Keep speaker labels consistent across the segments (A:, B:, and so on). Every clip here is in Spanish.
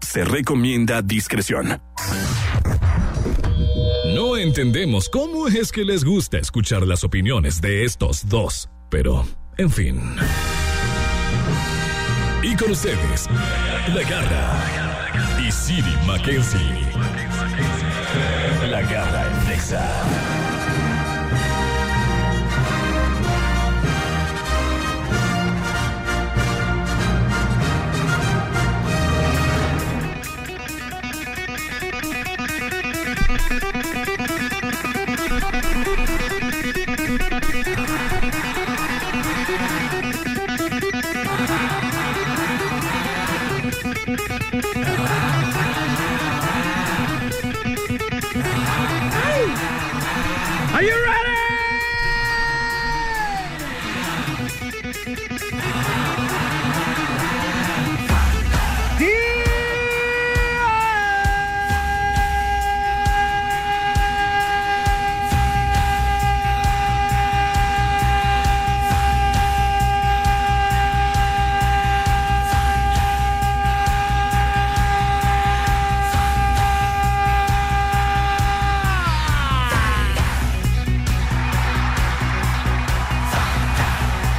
A: Se recomienda discreción.
B: No entendemos cómo es que les gusta escuchar las opiniones de estos dos, pero, en fin. Y con ustedes, La Garra y Siri Mackenzie.
A: La Garra en Texas.
C: Are you ready?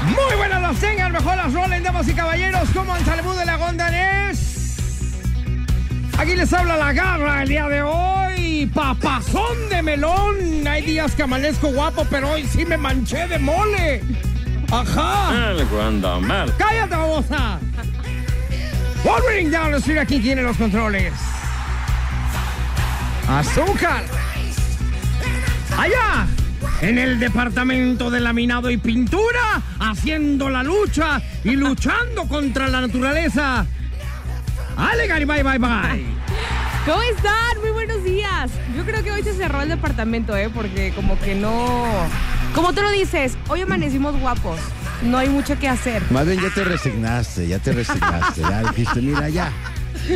C: Muy buenas los tengan, mejor las rolen, damas y caballeros. ¿Cómo han de la Gondanés? Aquí les habla la garra el día de hoy. Papazón de melón. Hay días que amanezco guapo, pero hoy sí me manché de mole. Ajá.
D: El Guandamar.
C: ¡Cállate, babosa! Wolverine Down, estoy aquí, tiene los controles. Azúcar. Allá, en el departamento de laminado y pintura, haciendo la lucha y luchando contra la naturaleza. Ale, Gary, bye, bye, bye.
E: ¿Cómo están? Muy buenos días. Yo creo que hoy se cerró el departamento, ¿eh? Porque como que no... Como tú lo dices, hoy amanecimos guapos. No hay mucho que hacer.
F: Más bien ya te resignaste, ya te resignaste, ya dijiste, mira, ya.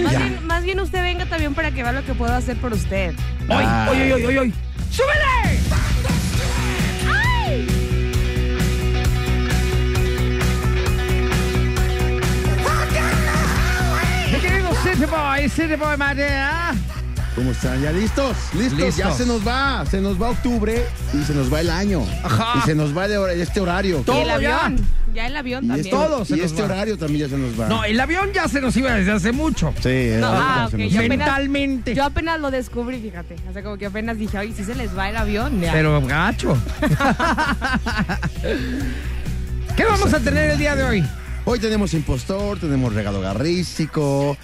E: Más
F: Ya.
E: bien, más bien usted venga también para que vea lo que puedo hacer por usted.
C: Hoy,
F: Ay.
C: hoy, hoy, hoy, hoy, hoy. ¡Súbele! Mi querido City Boy, City Boy Madera.
F: ¿Cómo están? ¿Ya listos? listos? Ya
C: Listos.
F: se nos va, se nos va octubre y se nos va el año.
C: Ajá.
F: Y se nos va de hora- este horario.
E: Y
C: Todo
E: el
C: Oh, ya.
E: avión. Ya el avión
F: Y
E: también.
F: este,
C: Todo se
F: y
C: nos
F: este
C: va.
F: horario también ya se nos va.
C: No, eh, el avión ya se nos iba desde hace mucho.
F: Sí, el
E: No,
F: horario
E: ah,
F: ya se
E: ok,
F: nos
E: ya
F: va.
E: me-
C: Mentalmente.
E: Yo apenas lo descubrí, fíjate. O sea, como que apenas dije, oye, si se les va el avión. Ya.
C: Pero gacho. ¿Qué vamos a tener el día de hoy?
F: Hoy tenemos impostor, tenemos regalo garrístico.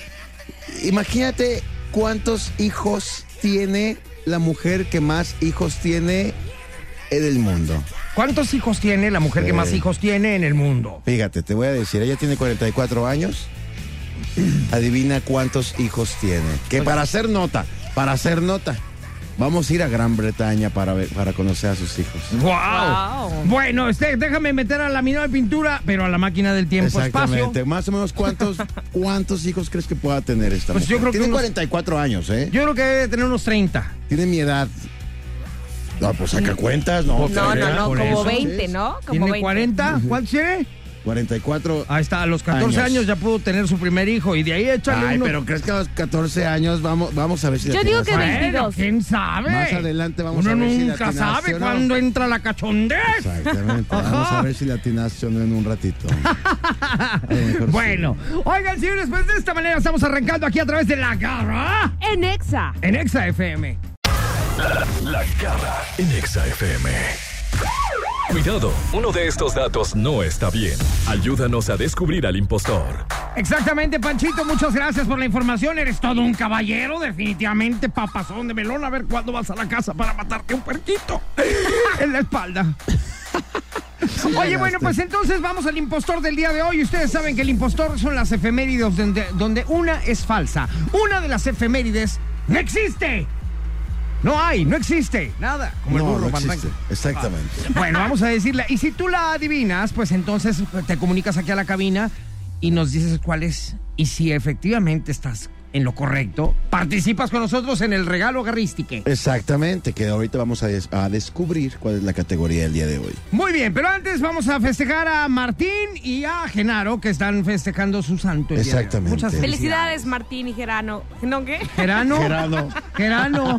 F: Imagínate cuántos hijos tiene la mujer que más hijos tiene en el mundo.
C: ¿Cuántos hijos tiene la mujer que
F: Sí.
C: más hijos tiene en el mundo?
F: Fíjate, te voy a decir, ella tiene 44 años. Adivina cuántos hijos tiene. Que para hacer nota, para hacer nota, vamos a ir a Gran Bretaña para, ver, para conocer a sus hijos.
C: ¡Wow!
E: Guau.
C: Bueno, este, déjame meter a la mina de pintura, pero a la máquina del tiempo-espacio.
F: Más o menos, ¿cuántos, ¿cuántos hijos crees que pueda tener esta
C: Pues yo
F: mujer?
C: creo que
F: tiene
C: unos-
F: 44 años, ¿eh?
C: Yo creo que debe tener unos 30.
F: Tiene mi edad. No, pues
C: Mm.
F: saca cuentas,
E: No,
F: ¿no?
E: no, no,
C: Por
E: como
C: eso.
E: 20, ¿no? Ah, Como
C: ¿Tiene
E: 20.
C: 40? ¿Cuánto tiene?
F: 44.
C: Ahí está, a los 14 años.
F: Años.
C: ya pudo tener su primer hijo y de ahí échale
F: Ay,
C: uno.
F: pero ¿crees que a los 14 años vamos, vamos a ver si le
E: Yo digo que
F: atinas?
E: ve-
C: Bueno,
E: 22.
C: ¿quién sabe?
F: Más adelante vamos
C: Uno
F: a ver si le
C: nunca
F: atinaste
C: sabe
F: o no.
C: cuándo entra la cachondez.
F: Exactamente.
C: Ajá.
F: Vamos a ver si le atinaste o no en un ratito. A lo mejor sí.
C: Bueno, oigan, señores, pues de esta manera estamos arrancando aquí a través de la garra
E: En Exa.
C: en Exa FM.
A: La Garra en Exa FM.
B: Cuidado, uno de estos datos no está bien. Ayúdanos a descubrir al impostor.
C: Exactamente, Panchito, muchas gracias por la información. Eres todo un caballero, definitivamente, papazón de melón. A ver cuándo vas a la casa para matarte un puerquito en la espalda. Oye,
F: ganaste.
C: bueno, pues entonces vamos al impostor del día de hoy. Ustedes saben que el impostor son las efemérides donde, donde una es falsa. Una de las efemérides no existe. No hay, no existe. Nada. Como el
F: No,
C: burro
F: no
C: Van
F: existe.
C: Ranking.
F: Exactamente.
C: Bueno, vamos a decirla. Y si tú la adivinas, pues entonces te comunicas aquí a la cabina y nos dices cuál es. Y si efectivamente estás en lo correcto, participas con nosotros en el regalo garrístique.
F: Exactamente, que ahorita vamos a, des- a descubrir cuál es la categoría del día de hoy.
C: Muy bien, pero antes vamos a festejar a Martín y a Genaro que están festejando su santo. el día de hoy.
F: Exactamente.
C: Muchas
E: Felicidades, Martín y Gerano. ¿No qué?
C: Gerano.
F: Gerardo.
C: Gerano.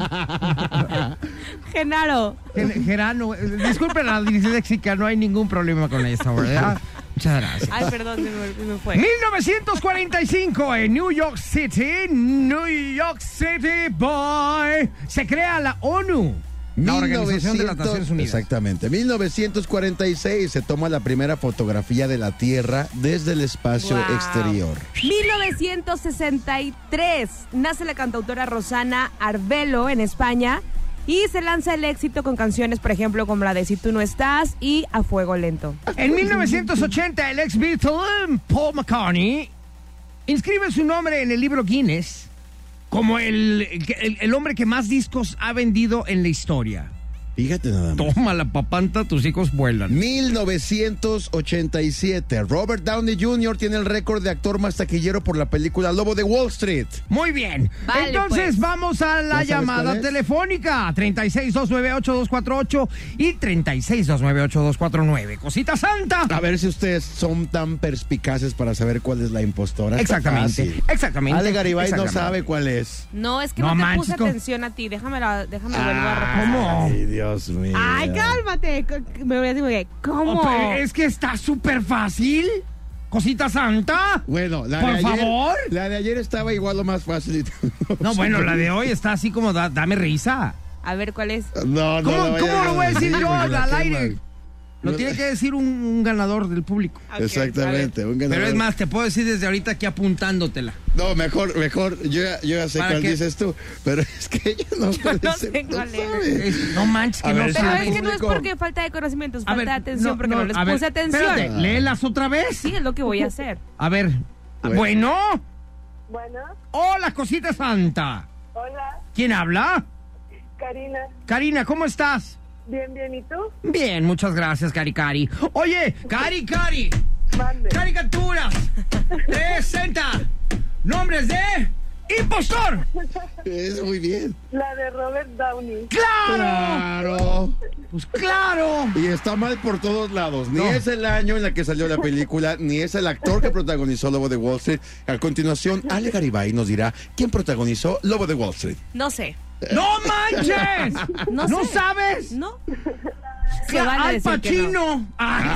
E: Genaro.
C: Gen- Gerano. Eh, Disculpen la disléxica, no hay ningún problema con eso, ¿verdad? Muchas gracias.
E: Ay, perdón, se me, se me fue.
C: 1945 en New York City, New York City Boy, se crea la ONU, la Organización de las
F: 1900
C: Naciones Unidas.
F: Exactamente. 1946 se toma la primera fotografía de la Tierra desde el espacio
E: Wow.
F: exterior.
E: 1963 nace la cantautora Rosana Arbelo en España y se lanza el éxito con canciones, por ejemplo, como la de Si tú no estás y A fuego lento.
C: En 1980, el ex Beatle Paul McCartney inscribe su nombre en el libro Guinness como el, el- el hombre que más discos ha vendido en la historia.
F: Fíjate nada más.
C: Toma la papanta, tus hijos vuelan.
F: 1987, Robert Downey Jr. tiene el récord de actor más taquillero por la película Lobo de Wall Street.
C: Muy bien.
E: Vale,
C: Entonces
E: pues.
C: vamos a la
F: ¿Ya sabes cuál
C: llamada
F: es?
C: telefónica 36298248 y 36298249. Cosita santa.
F: A ver si ustedes son tan perspicaces para saber cuál es la impostora. Está
C: Exactamente,
F: fácil.
C: exactamente,
F: Ale Garibay no
C: exactamente.
F: sabe cuál es.
E: No, es que
C: No
E: no, te
C: manches,
E: puse
C: ¿cómo? Ah,
E: atención a ti. Déjame, la- déjame vuelvo a repetir.
C: ¿Cómo?
F: Ay, Dios mío.
E: Ay, cálmate. C- Me voy a decir, ¿cómo?
C: Es que está súper fácil. Cosita santa.
F: Bueno, la
C: Por
F: de ayer,
C: favor.
F: La de ayer estaba igual o más fácil.
C: No, bueno, la de hoy está así como da- dame risa.
E: A ver, ¿cuál es?
F: No, no.
C: ¿Cómo-
F: la vaya-
C: cómo lo voy a decir yo
F: porque la
C: al
F: queman.
C: aire? Lo tiene que decir un, un ganador del público.
E: Ok,
F: Exactamente. un ganador.
C: Pero es más, te puedo decir desde ahorita aquí apuntándotela.
F: No, mejor, mejor. Yo ya, yo ya sé
C: ¿Para
F: cuál
C: qué?
F: dices tú. Pero es que ella no puede
E: No
F: ser,
E: sé cuál es.
F: sabe.
C: Es- no manches, que
F: A
C: no
F: ver,
E: Pero
C: sabe.
E: es que no es
F: público.
E: porque falta de conocimiento, es
C: A
E: falta
C: ver,
E: de atención porque no, les
C: a ver,
E: puse atención.
C: Espérate, léelas otra vez.
E: Sí, es lo que voy a hacer.
C: A ver.
F: Bueno.
C: Bueno.
D: Bueno,
C: Hola, cosita santa.
D: hola,
C: ¿Quién habla?
D: Karina.
C: Karina, ¿cómo estás?
D: Bien, bien, ¿y tú?
C: Bien, muchas gracias, Cari Cari. Oye, Cari Cari.
D: Mande.
C: Caricaturas. Presenta. Nombres de. ¡Impostor!
F: Es muy bien.
D: La de Robert Downey.
C: ¡Claro!
F: Claro.
C: Pues claro.
F: Y está mal por todos lados. Ni es el año en la que salió la película, ni es el actor que protagonizó Lobo de Wall Street. A continuación, Ale Garibay nos dirá quién protagonizó Lobo de Wall Street.
E: No sé.
C: ¡No manches! ¿No,
E: No sé.
C: sabes?
E: ¿No? Se
C: Al
E: vale
C: Al
E: decir que no.
C: Pacino. Ay,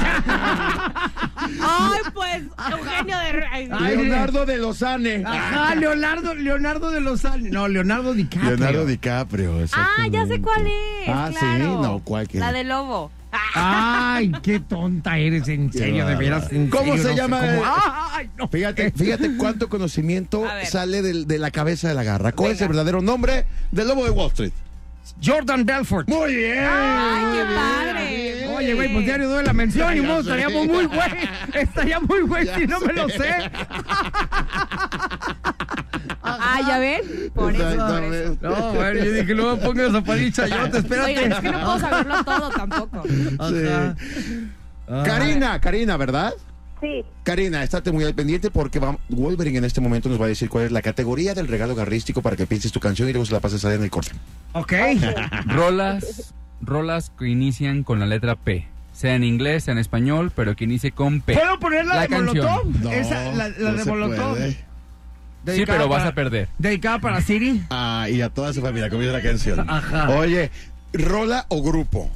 E: Ay, pues, Eugenio de Ay,
C: Ay, Leonardo
F: de Lozane.
E: Ah.
C: Ajá, Leonardo, Leonardo de los Al- No, Leonardo DiCaprio.
F: Leonardo DiCaprio.
E: Ah, ya sé cuál es.
F: Ah, sí,
E: claro.
F: no, ¿cuál que-
E: La de Lobo. Ah,
C: Ay, qué tonta eres, en serio, de veras. en
F: ¿Cómo
C: serio,
F: se
C: no sé
F: llama
C: cómo-
F: el-
C: Ay, no. Eh,
F: Fíjate, fíjate cuánto conocimiento
E: A ver.
F: sale del- de, la cabeza de la garra. ¿Cuál es
E: Venga.
F: el verdadero nombre del Lobo de Wall Street?
C: Jordan Belfort.
F: Muy bien.
E: Ay, qué padre.
C: Oye, güey, pues diario doy la mención y modo, estaríamos muy güey. Estaría muy güey si no me lo sé.
E: Ah, ya ven. Por eso. por eso.
F: Exactamente.
C: No, bueno, yo dije, no me pongas a paliza, yo te
E: Oigan, es que no puedo saberlo todo tampoco.
C: Ajá.
F: Sí.
E: Ah.
F: Karina, Karina, ¿verdad?
D: Sí,
F: Karina, estate muy al pendiente porque va- Wolverine en este momento nos va a decir cuál es la categoría del regalo garrístico para que pienses tu canción y luego se la pases ahí en el corte.
C: Ok.
G: Rolas, rolas que inician con la letra P. Sea en inglés, sea en español, pero que inicie con P.
C: ¿Puedo poner la,
G: La
C: de
G: canción.
C: Molotov? Esa, la, la
F: no
C: de
F: se
C: Molotov.
F: puede.
G: Sí,
C: Dedicada
G: pero vas
C: para-
G: a perder.
C: Dedicada para Siri.
F: Ah, y a toda su familia comienza la canción.
C: Ajá.
F: Oye, ¿rola o grupo?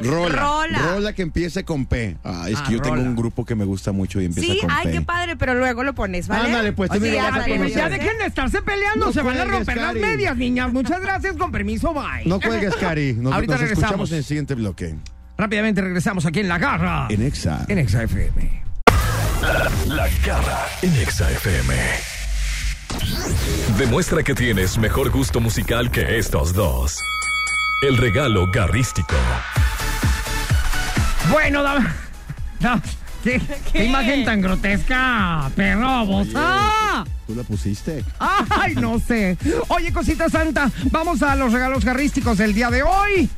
F: Rola.
E: Rola.
F: que empiece con P. Ah, es
C: Ah,
F: que yo tengo
C: rola.
F: un grupo que me gusta mucho y empieza
E: Sí,
F: con
E: ay,
F: P.
E: qué padre, pero luego lo pones, ¿vale?
F: Ándale, pues,
E: Sí,
F: tú ni lo vas a
E: ándale,
C: Pues ya
E: ya
F: conocer.
E: sé.
C: dejen de estarse peleando,
F: No
C: se van a
F: cuelgues,
C: romper
F: Cari.
C: las medias, niñas. Muchas gracias, con permiso, bye.
F: No cuelgues, Cari. Nos,
C: Ahorita
F: nos
C: regresamos.
F: escuchamos en el siguiente bloque.
C: Rápidamente regresamos aquí en La Garra.
F: En Exa.
C: en Exa FM.
A: La garra en Exa FM. Demuestra que tienes mejor gusto musical que estos dos. El regalo garrístico.
C: Bueno, dama. dama, ¿qué, qué imagen tan grotesca, perro, vos. ¡Ah!
F: ¿Tú la pusiste?
C: ¡Ay, no sé! Oye, cosita santa, vamos a los regalos garrísticos del día de hoy.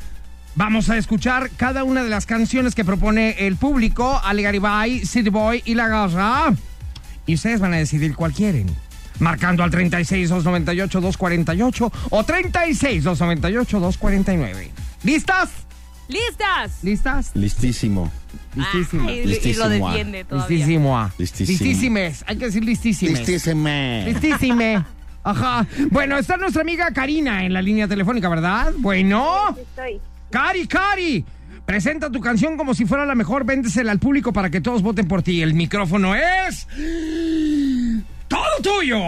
C: Vamos a escuchar cada una de las canciones que propone el público, Ale Garibay, City Boy y La Garra. Y ustedes van a decidir cuál quieren. marcando al 36-298-248 o 36-298-249. ¿Listas?
E: ¡Listas!
F: Ah,
C: ¿Listas?
F: Listísimo.
C: Listísimas.
E: Ay, y- y
F: Listísimo,
E: lo
F: ah.
E: defiende todavía.
C: Listísimo. ah.
F: Listísimo.
C: Listísimes. Hay que decir listísimes.
F: Listísime.
C: Listísime. Ajá. Bueno, está nuestra amiga Karina en la línea telefónica, ¿verdad? Bueno.
D: Estoy.
C: Cari, Cari. Presenta tu canción como si fuera la mejor, véndesela al público para que todos voten por ti. El micrófono es... ¡Todo tuyo!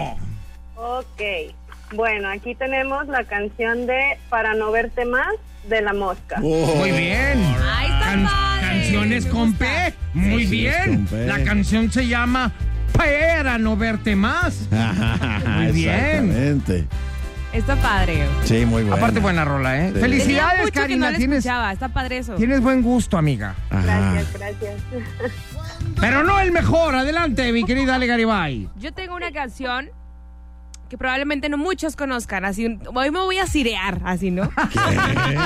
D: Ok. Bueno, aquí tenemos la canción de Para no verte más de La Mosca.
F: Oh.
C: Muy bien.
E: Ahí está
C: Can-
E: padre.
C: canciones
E: Me
C: con P.
E: gusta.
C: Muy
F: Sí, es
C: bien.
F: con P.
C: La canción se llama Para no verte más.
F: Ah,
C: Muy bien.
F: Exactamente.
E: Está padre.
F: Sí, muy bueno.
C: Aparte, buena rola, ¿eh?
F: Sí.
E: Tenía
C: Felicidades,
E: mucho que no
C: Karina.
E: la
C: tienes,
E: escuchaba. Está padre eso.
C: tienes buen gusto, amiga.
D: Gracias, gracias.
C: Pero no el mejor. Adelante, mi querida Ale Garibay.
E: Yo tengo una canción que probablemente no muchos conozcan. Así, un- hoy me voy a cirear, así, ¿no?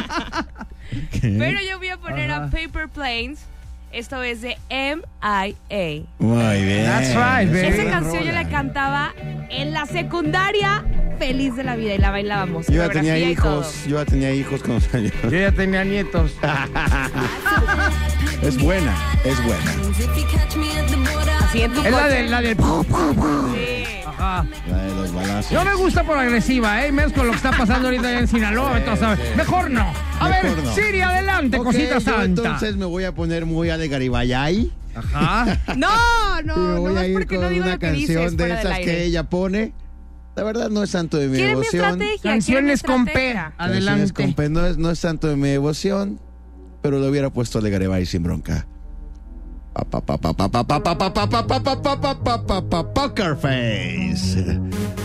E: Pero yo voy a poner a Paper Planes. Esto es de M.I.A.
F: Muy bien.
C: That's right, baby.
E: Esa
C: Qué
E: canción yo la cantaba en la secundaria, feliz de la vida, y la bailábamos.
F: Yo ya tenía
E: coreografía y
F: hijos. Yo ya tenía hijos con los años.
C: Yo ya tenía nietos.
F: Es buena, es buena.
E: todo. Así en tu
C: Es la
E: coche.
C: del... La del...
E: Sí.
F: Ah.
C: Ajá.
F: La de los balazos.
C: No me gusta por agresiva, ¿eh? Menos con lo que está pasando ahorita allá en Sinaloa. entonces, a ver, Mejor no. A
F: Mejor
C: ver,
F: no.
C: Siri, adelante,
F: Ok,
C: cosita
F: yo
C: santa.
F: Entonces me voy a poner muy a de Garibayay.
C: Ajá.
E: No,
F: y me
E: no,
F: voy
E: no
F: a
E: es
F: ir
E: porque
F: con
E: no digo
F: una
E: lo que dices
F: canción de
E: fuera del
F: esas que
E: aire.
F: ella pone. La verdad no es santo de mi
E: ¿Quieres mi
F: devoción.
E: estrategia?
C: Canciones
E: ¿Quién
C: con
E: me
C: P.
E: estrategia?
C: Adelante.
F: Canciones con pe- No es, no es santo de mi devoción, pero lo hubiera puesto de Garibay sin bronca. Pa, pa, pa, pa, pa, pa, pa, pa, pa, pa, pa, pa, pa, pa, pa, pa, pa, Poker Face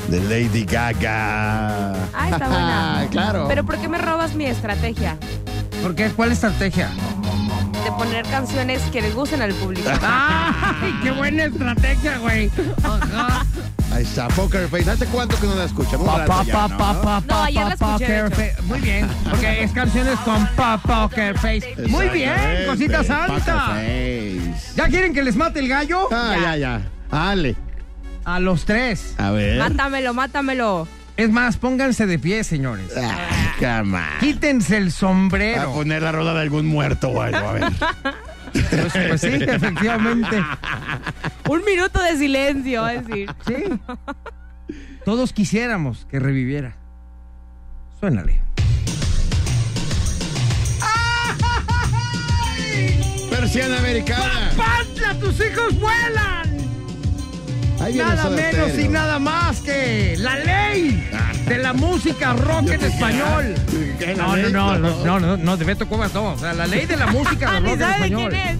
F: de Lady Gaga.
E: Ah, está buena.
F: claro.
E: Pero ¿por qué me robas mi estrategia
C: ¿Por qué? ¿Cuál estrategia?
E: de poner canciones que les gusten al público?
C: ¡Ay, qué buena estrategia, güey! Ajá.
F: Ahí está, Poker Face. ¿Hace cuánto que no la escuchan? Un rato ya, ¿no?
E: No, ayer la escuché, de hecho.
C: Fa- Muy bien, porque es canciones con pa, Poker Face. Muy bien,
F: Exactamente,
C: cosita
F: Poker
C: santa.
F: Face.
C: ¿Ya quieren que les mate el gallo?
F: Ah, ya, ya. Ale,
C: A los tres.
F: a ver.
E: Mátamelo, mátamelo.
C: Es más, pónganse de pie, señores.
F: Ah, cama.
C: Quítense el
F: A
C: sombrero.
F: poner la rola de algún muerto o algo, a ver.
C: Pues, pues sí, efectivamente.
E: Un minuto de silencio, es decir.
C: Sí. Todos quisiéramos que reviviera. Suénale.
F: Persiana americana.
C: ¡Pantla, tus hijos vuelan!
F: Ahí viene
C: Nada
F: Soda
C: menos y
F: Stereo.
C: nada más que la ley de la música rock en español.
F: ¿Qué, ¿eh? la
C: No, no,
F: ley?
C: no, no, no, no, no, de Beto Cuevas no. O sea, la ley de la música
E: Ni
C: rock en
E: sabe
C: español.
E: quién es.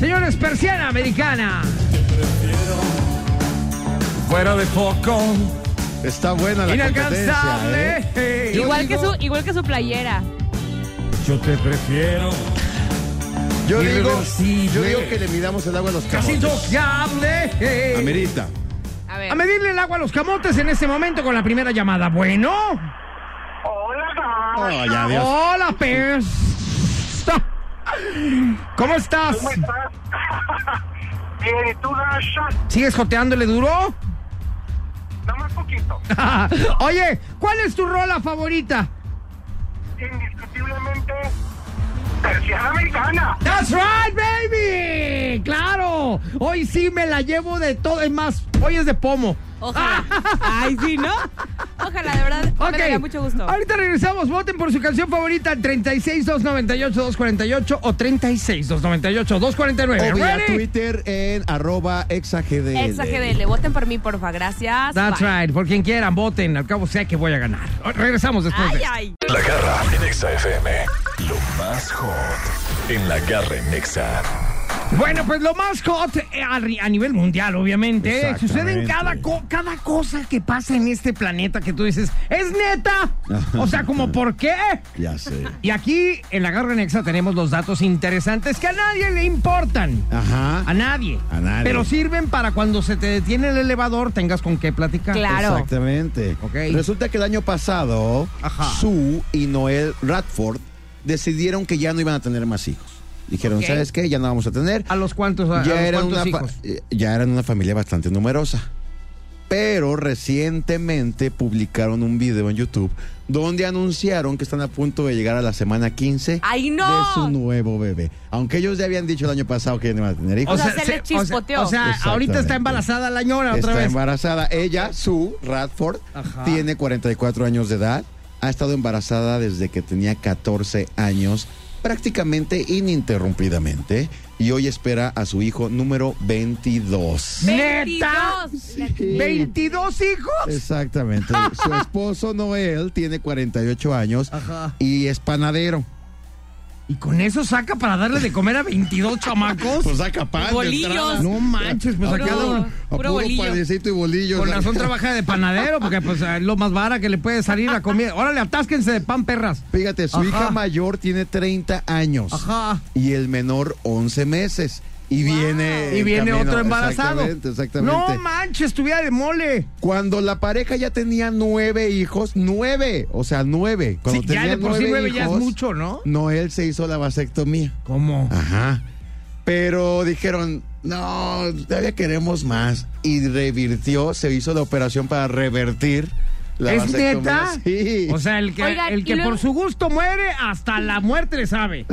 C: Señores, persiana americana.
B: Fuera de foco.
F: Está buena la competencia, ¿eh?
C: Inalcanzable.
E: Igual que, su, igual que su playera.
B: Yo te prefiero.
F: Yo digo,
C: Irreversible.
F: yo digo que le midamos el agua a los
C: Casi
F: camotes.
C: intoqueable.
F: Amerita.
E: A ver.
C: A medirle el agua a los camotes en este momento con la primera llamada. Bueno.
D: Hola,
C: Ah,
F: Oh, ya, Dios.
C: Hola, pez. ¿Cómo estás?
D: ¿cómo estás? Bien, ¿y tú, Dasha?
C: ¿Sigues joteándole duro?
D: Dame un poquito.
C: Oye, ¿cuál es tu rola favorita?
D: Indiscutiblemente, persiana americana.
C: That's right, baby. Claro. Hoy sí me la llevo de todo. Es más, hoy es de pomo.
E: Ojalá. Ay, sí, ¿no? Ojalá, de verdad.
C: Ok.
E: Me daría mucho gusto.
C: Ahorita regresamos. Voten por su canción favorita al 36298-248 o 36298-249.
F: O vía
C: oh, Ready?
F: Twitter en arroba exagdl.
E: Exagdl, voten por mí, porfa. Gracias.
C: That's
E: Bye.
C: right. Por quien quieran, voten. Al cabo sea que voy a ganar. Oh, Regresamos después de
E: Ay,
C: esto.
E: ay.
A: La garra en Exa FM. Lo más hot en la garra en Exa.
C: Bueno, pues lo más hot eh, a, ri- a nivel mundial, obviamente. ¿eh?
F: Exactamente.
C: Suceden cada, co- cada cosa que pasa en este planeta que tú dices, ¿es neta? O sea, como, ¿por qué?
F: Ya sé.
C: Y aquí en la Garra Nexa tenemos los datos interesantes que a nadie le importan.
F: Ajá.
C: A nadie.
F: A nadie.
C: Pero sirven para cuando se te detiene el elevador tengas con qué platicar.
E: Claro.
F: Exactamente.
C: Ok.
F: Resulta que el año pasado,
C: Ajá.
F: Sue y Noel Radford decidieron que ya no iban a tener más hijos. Dijeron,
E: Ok.
F: ¿sabes qué? Ya no vamos a tener.
C: ¿A los cuantos, a, a los
F: ya, eran
C: cuantos
F: una fa-
C: hijos?
F: eh, ya eran una familia bastante numerosa. pero recientemente publicaron un video en YouTube donde anunciaron que están a punto de llegar a la semana 15
E: ¡Ay, no!
F: de su nuevo bebé. Aunque ellos ya habían dicho el año pasado que no iban a tener hijos.
E: O sea, se le chispoteó.
C: O sea, ahorita
F: Exactamente.
C: está embarazada la ñora otra
F: Está
C: vez.
F: embarazada. Ella, Sue Radford,
C: Ajá.
F: tiene 44 años de edad. Ha estado embarazada desde que tenía 14 años, prácticamente ininterrumpidamente. Y hoy espera a su hijo número 22.
C: ¿Neta?
E: 22.
C: ¿22 hijos?
F: Exactamente. su esposo Noel tiene 48 años
C: Ajá.
F: y es panadero.
C: ¿Y con eso saca para darle de comer a 22 chamacos?
F: Pues saca pan. de
E: Bolillos.
F: entrada.
C: No manches, pues
E: Puro-
C: acá lo-
F: A
E: puro
F: puro
E: bolillo.
F: panecito y bolillos.
C: Con razón trabaja de panadero, porque pues es lo más vara que le puede salir la comida. Órale, atásquense de pan, perras.
F: Fíjate, su
C: Ajá.
F: hija mayor tiene 30 años.
C: Ajá.
F: y el menor 11 meses. Y viene.
C: Y
F: en
C: viene
F: camino.
C: otro embarazado.
F: Exactamente, exactamente.
C: No manches, estuviera de mole.
F: Cuando la pareja ya tenía nueve hijos, nueve, o sea, nueve. Cuando
C: Sí, ya
F: tenía
C: de por sí nueve ya es
F: hijos,
C: mucho, ¿no? Ah,
F: Noel se hizo la vasectomía.
C: ¿Cómo?
F: Ajá. Pero dijeron, no, todavía queremos más. Y revirtió, se hizo la operación para revertir la
C: ¿Es neta?
F: vasectomía. Sí.
C: O sea, el que,
E: Oigan,
C: el
E: y
C: que
E: luego-
C: por su gusto muere, hasta la muerte le sabe.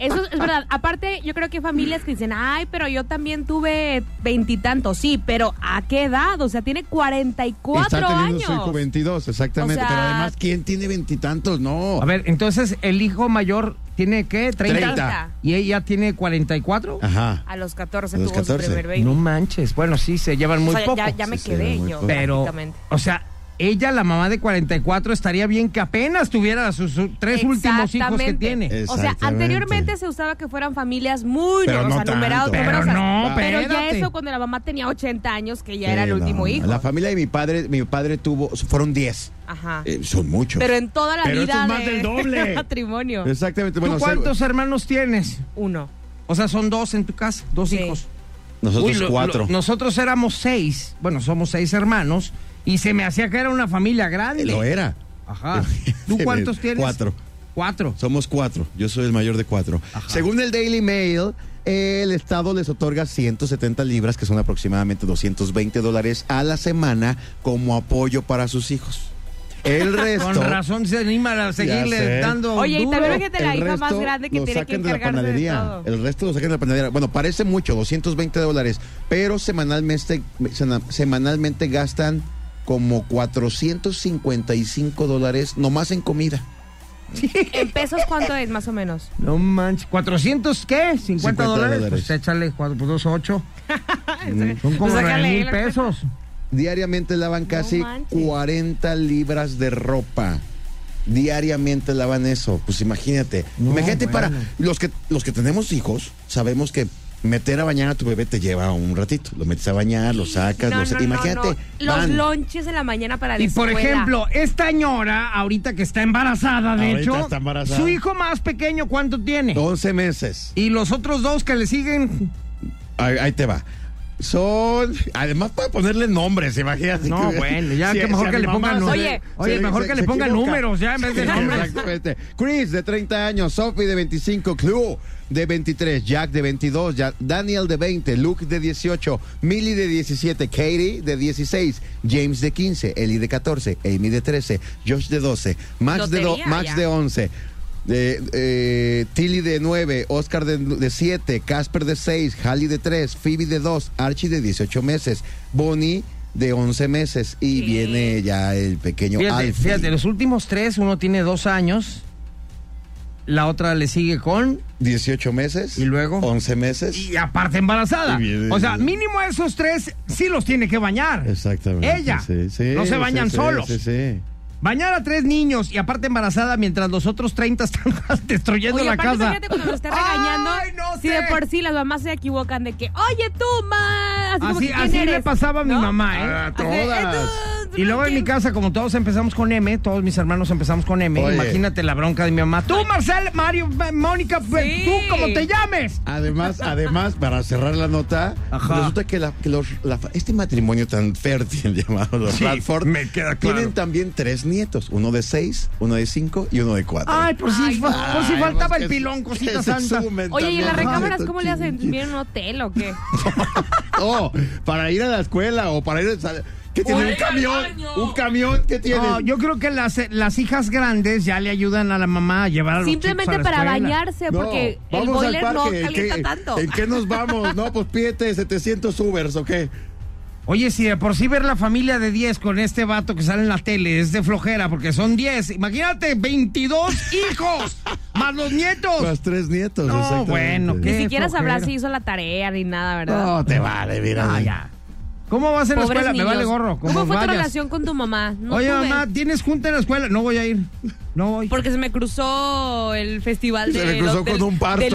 E: Eso es verdad. Aparte, yo creo que hay familias que dicen, ay, pero yo también tuve veintitantos. Sí, pero ¿a qué edad? O sea, tiene 44
F: Está teniendo
E: años.
F: su hijo 22, exactamente.
E: O sea-
F: Pero además, ¿quién tiene veintitantos? No.
C: A ver, entonces el hijo mayor tiene qué? 30.
F: 30.
C: Y ella tiene 44.
F: Ajá.
E: A los 14
F: A los
E: tuvo
F: 14.
E: su primer baby.
C: No manches. Bueno, sí, se llevan muy
E: o sea,
C: poco.
E: ya, ya me
F: Sí, sí,
E: quedé
F: muy
E: yo.
F: poco.
C: Pero,
E: prácticamente.
C: o sea, ella, la mamá de 44, estaría bien que apenas tuviera sus sus tres últimos hijos que
E: Exactamente.
C: tiene.
E: O sea,
F: Exactamente.
E: anteriormente se usaba que fueran familias muy
F: Pero
E: numerosas,
F: no
E: numerados,
F: tanto.
C: Pero
E: numerosas.
C: no,
E: Pero ya
C: espérate.
E: eso cuando la mamá tenía 80 años, que ya
F: Sí,
E: era el
F: no,
E: último
F: no.
E: hijo.
F: La familia de mi padre, mi padre tuvo, fueron 10.
E: Ajá.
F: Eh, son muchos.
E: Pero en toda la
F: Pero esto
E: vida
F: es más
E: de
F: del doble.
E: matrimonio.
F: Exactamente. Bueno,
C: ¿Tú cuántos hermanos tienes?
E: Uno.
C: O sea, son dos en tu casa, dos
E: Sí.
C: hijos.
F: Nosotros
C: Uy, lo-
F: cuatro.
C: lo- nosotros éramos seis, bueno, somos seis hermanos, y se me hacía que era una familia grande.
F: Lo era.
C: Ajá. ¿Tú cuántos tienes?
F: Cuatro.
C: Cuatro.
F: Somos cuatro. Yo soy el mayor de cuatro. Según el Daily Mail, el Estado les otorga 170 libras, que son aproximadamente 220 dólares a la semana, como apoyo para sus hijos. El resto.
C: Con razón se anima a
F: Ya sé.
C: seguirle dando
E: Oye, y
C: duro.
E: también fíjate la
F: El
E: hija más
F: resto
E: grande que
F: lo
E: tiene que
F: sacan de la
E: encargarse de,
F: panadería.
E: todo.
F: El resto lo sacan de la panadería. Bueno, parece mucho, 220 dólares, pero semanalmente, sena- semanalmente gastan como 455 dólares nomás en comida.
E: ¿En pesos cuánto es, más o menos?
C: No manches. ¿400 qué? ¿50,
F: 50
C: dólares?
F: dólares.
C: Pues échale 4 por 2, 8. Son como
E: Pues
C: 9
E: sácale
C: mil
E: la-
C: pesos.
F: Diariamente lavan casi
E: manches.
F: 40 libras de ropa. Diariamente lavan eso. Pues imagínate.
C: No,
F: imagínate
C: bueno.
F: para los que los que tenemos hijos, sabemos que meter a bañar a tu bebé te lleva un ratito. Lo metes a bañar, lo sacas, lo sa- imagínate.
E: no. Los
F: van.
E: lonches en la mañana para la
C: Y por
E: escuela.
C: ejemplo, esta ñora, ahorita que está embarazada, de
F: Ahorita
C: hecho,
F: está embarazada.
C: su hijo más pequeño, ¿cuánto tiene?
F: 11 meses.
C: Y los otros dos que le siguen.
F: Ahí, ahí te va. Son. Además, puede ponerle nombres, imagínate.
C: No,
F: que-
C: bueno, ya que
F: a
C: mejor
F: mi
C: que le
F: mamá
C: pongan
F: se
E: nombres.
F: le-
E: Oye,
F: se
C: oye, mejor que le
F: se
C: pongan
F: equivoca.
C: números, ya, en vez de
F: Sí,
C: nombres.
F: Exactamente. Chris, de 30 años. Sophie, de 25. Clue, de 23. Jack, de 22. Ya- Daniel, de 20. Luke, de 18. Millie, de 17. Katie, de 16. James, de 15. Ellie, de 14. Amy, de 13. Josh, de 12. Max, de, do-
E: Lotería,
F: Max
E: ya.
F: de 11. De, eh, Tilly de 9, Oscar de, de 7, Casper de 6, Halley de 3, Phoebe de 2, Archie de 18 meses, Bonnie de 11 meses y viene ya el pequeño
C: Fíjate,
F: Alfie.
C: fíjate, los últimos tres, uno tiene dos años, la otra le sigue con
F: 18 meses.
C: ¿Y luego?
F: 11 meses.
C: y aparte embarazada.
F: Muy bien.
C: O sea, mínimo esos tres sí los tiene que bañar.
F: Exactamente.
C: Ella.
F: Sí, sí,
C: no se
F: sí,
C: bañan
F: sí,
C: solos.
F: Sí, sí.
C: Bañar a tres niños y aparte embarazada mientras los otros 30 están destruyendo
E: Oye,
C: la
E: aparte,
C: casa.
E: imagínate cuando nos está regañando.
C: Ay, no
E: Si de
C: sé.
E: por sí las mamás se equivocan de que, oye, tú, ma. Así, como
C: Así,
E: que, ¿quién
C: así le
E: eres?
C: pasaba a mi
E: ¿No?
C: mamá, ¿eh?
F: Ah,
E: Así de,
F: todas.
E: "Eh, tú,
C: Y luego en mi
E: ¿quién?".
C: casa, como todos empezamos con M, todos mis hermanos empezamos con M,
F: Oye.
C: imagínate la bronca de mi mamá. Tú, Marcel, Mario, M- Mónica, pues,
E: Sí.
C: tú, como te llames.
F: Además, además, para cerrar la nota,
C: Ajá.
F: resulta que, la- que los- la fa- este matrimonio tan fértil llamado los
C: Sí,
F: Radford
C: me queda claro.
F: tienen también tres nietos, uno de seis, uno de cinco y uno de cuatro.
C: Ay, por si, fa- por si
F: Ay,
C: faltaba
F: pues,
C: el
F: que-
C: pilón,
F: que
C: cosita
F: se
C: santa.
F: sumen
E: Oye, ¿y en las
F: también.
E: recámaras cómo le hacen? ¿Tienen un hotel o qué?
F: Oh, No, para ir a la escuela o para ir a... ¿Qué tiene? ¿Un camión? ¿Un camión? ¿Qué tiene?
C: No, yo creo que las, eh, las hijas grandes ya le ayudan a la mamá a llevar a los
E: Simplemente
C: chicos a la
E: para
C: escuela.
E: bañarse,
F: No,
E: porque el
F: vamos al
E: boiler no
F: parque, ¿en
E: calienta
F: qué-
E: tanto.
F: ¿En qué nos vamos? No, pues pídete 700 Ubers, ¿o qué?
C: Oye, si de por sí ver la familia de 10 con este vato que sale en la tele es de flojera, porque son 10. Imagínate, 22 hijos, más los nietos.
F: Los tres nietos,
C: No,
F: exactamente.
C: bueno,
E: Ni
C: qué
E: siquiera sabrá
C: flojera.
E: si hizo la tarea ni nada, ¿verdad?
F: No, te vale, mira.
C: Ah, ya. ¿Cómo vas en la
E: Pobres
C: escuela?
E: niños.
C: Me vale gorro. como
E: ¿Cómo fue tu
C: vayas.
E: relación con tu mamá? No
C: Oye,
E: tuve,
C: mamá, ¿tienes junta en la escuela? No voy a ir. No voy.
E: Porque se me cruzó el festival
F: Se
E: de
F: me cruzó
E: del-
F: con un parto.
E: del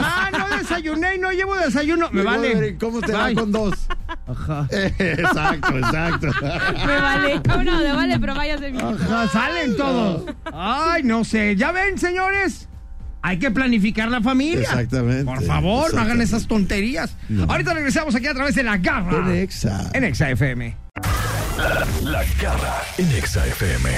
C: Ah, no desayuné y no llevo desayuno. Me
F: Luego, a
C: vale.
F: ver, ¿Cómo te va
C: Bye.
F: con dos?
C: Ajá.
F: exacto, exacto.
E: Me vale. Bueno, me vale, pero váyase.
C: Ajá, salen todos. Ay, no sé. Ya ven, señores. Hay que planificar la familia.
F: Exactamente.
C: Por favor, no hagan
F: Exactamente.
C: esas tonterías.
F: No.
C: Ahorita regresamos aquí a través de la garra.
F: En Exa.
C: En Exa FM.
A: La garra en Exa FM.